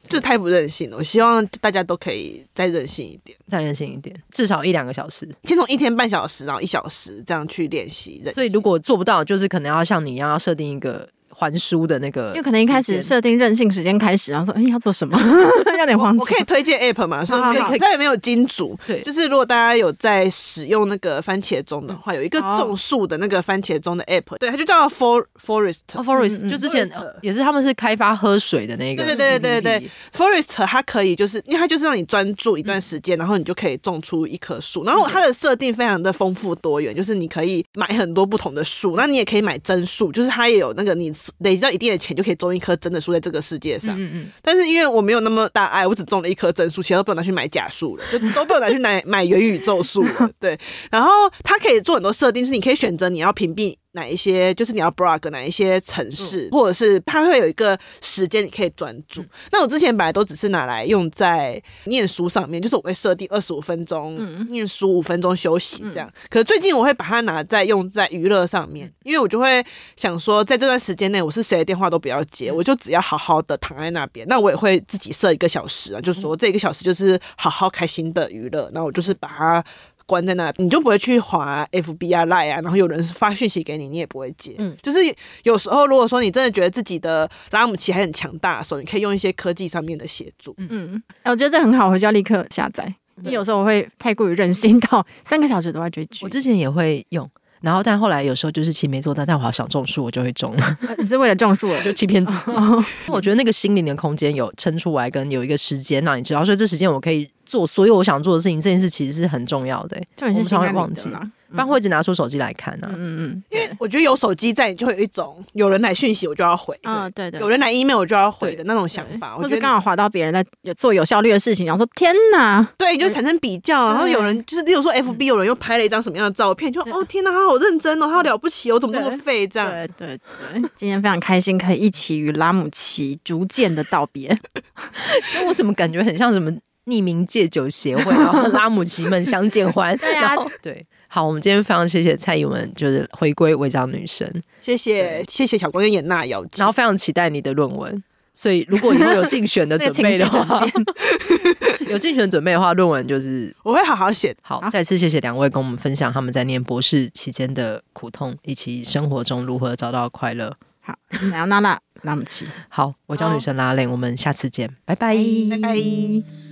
E: 就太不任性了。我希望大家都可以再任性一点，
C: 再任性一点，至少一两个小时。
E: 先从一天半小时，然后一小时这样去练习任性。
C: 所以如果做不到，就是可能要像你一样，要设定一个还书的那个时间，
D: 因为可能一开始设定任性时间开始，然后说，哎，要做什么， 要点慌
E: 我可以推荐 app 嘛？说
D: 好好
E: 没有
D: 好
E: 它也没有金主，
C: 对
E: 就是如果大家有在使用那个番茄钟的话，
C: 嗯
E: 有一个
D: 哦
E: 种树的那个番茄钟的 app，对，它就叫 For Forest。
C: 哦 Forest，、
D: 嗯嗯
C: 就之前
E: Forest
C: 也是他们是开发喝水的那个，
E: 对对对对对 Forest 它可以就是因为它就是让你专注一段时
C: 嗯
E: 间，然后你就可以种出一棵树。然后它的设定非常的丰富多元，就是你可以买很多不同的树，那你也可以买真树，就是它也有那个你累积到一定的钱就可以种一棵真的树在这个世界上。
C: 嗯嗯，
E: 但是因为我没有那么大爱，我只种了一棵真树，其他都不能拿去买假树了，就都不能拿去买 买元宇宙树了。对，然后它可以做很多设定，就是你可以选择你要屏蔽哪一些，就是你要 blog 哪一些城市，或者是它会有一个时间你可以专注。那我之前本来都只是拿来用在念书上面，就是我会设定二十五分钟、
D: 嗯
E: 念书，五分钟休息这样。可是最近我会把它拿在用在娱乐上面，因为我就会想说，在这段时间内，我是谁的电话都不要接，我就只要好好的躺在那边。那我也会自己设一个小时啊，就说这一个小时就是好好开心的娱乐，然后我就是把它。关在那，你就不会去划 FB 啊、Line 啊，然后有人发讯息给你，你也不会接。
C: 嗯
E: 就是有时候如果说你真的觉得自己的拉姆齐还很强大的时候，你可以用一些科技上面的协助。
D: 嗯，哎我觉得这很好，我回去要立刻下载。因为有时候我会太过于任性到 三个小时都在追剧
C: 我，之前也会用。然后，但后来有时候就是其实没做到，但我好想种树，我就会 种了，
D: 呃你是为了种树而
C: 就欺骗自己。我觉得那个心灵的空间有撑出来，跟有一个时间让你知道，所以这时间我可以做所有我想做的事情，这件事其实是很重要的、欸。
D: 重点
C: 我
D: 是
C: 们常
D: 心
C: 会
D: 安理
C: 忘
D: 得
C: 记
D: 啦。
C: 不然会一直拿出手机来看啊。
D: 嗯嗯
E: 因为我觉得有手机在，你就会有一种有人来讯息我就要回，
D: 嗯，啊，对对，
E: 有人来 email 我就要回
D: 对
E: 的那种想法。我
D: 或
E: 觉
D: 者刚
E: 得
D: 好划到别人在有做有效率的事情，然后说天哪，
E: 对，你就产生比较，然后
D: 对嗯
E: 有人就是，例如说 FB 有人又拍了一张什么样的照片，就说哦天哪，他好认真哦，他好了不起哦，我怎么那么
D: 对
E: 废这样？
D: 对对对，今天非常开心，可以一起与拉姆齐逐渐的道别。
C: 那我怎么感觉很像什么匿名戒酒协会，然后拉姆齐们相见欢？
D: 对啊
C: 然后 对。好，我们今天非常谢谢蔡英文，就是回归违章女 神，
E: 谢谢谢谢小光跟严娜邀请
C: 然后，非常期待你的论文。所以，如果以后有竞选的
D: 这个
C: 准备的
D: 情绪
C: 话， 有竞选准备的话，论文就是
E: 我会好好写。
C: 好。
D: 好
C: 再次谢谢两位跟我们分享他们在念博士期间的苦痛，以及生活中如何找到快乐。
D: 好，莱昂娜娜拉姆齐，
C: 好，我叫女神拉链，我们下次见，拜拜
D: 拜
E: 拜拜。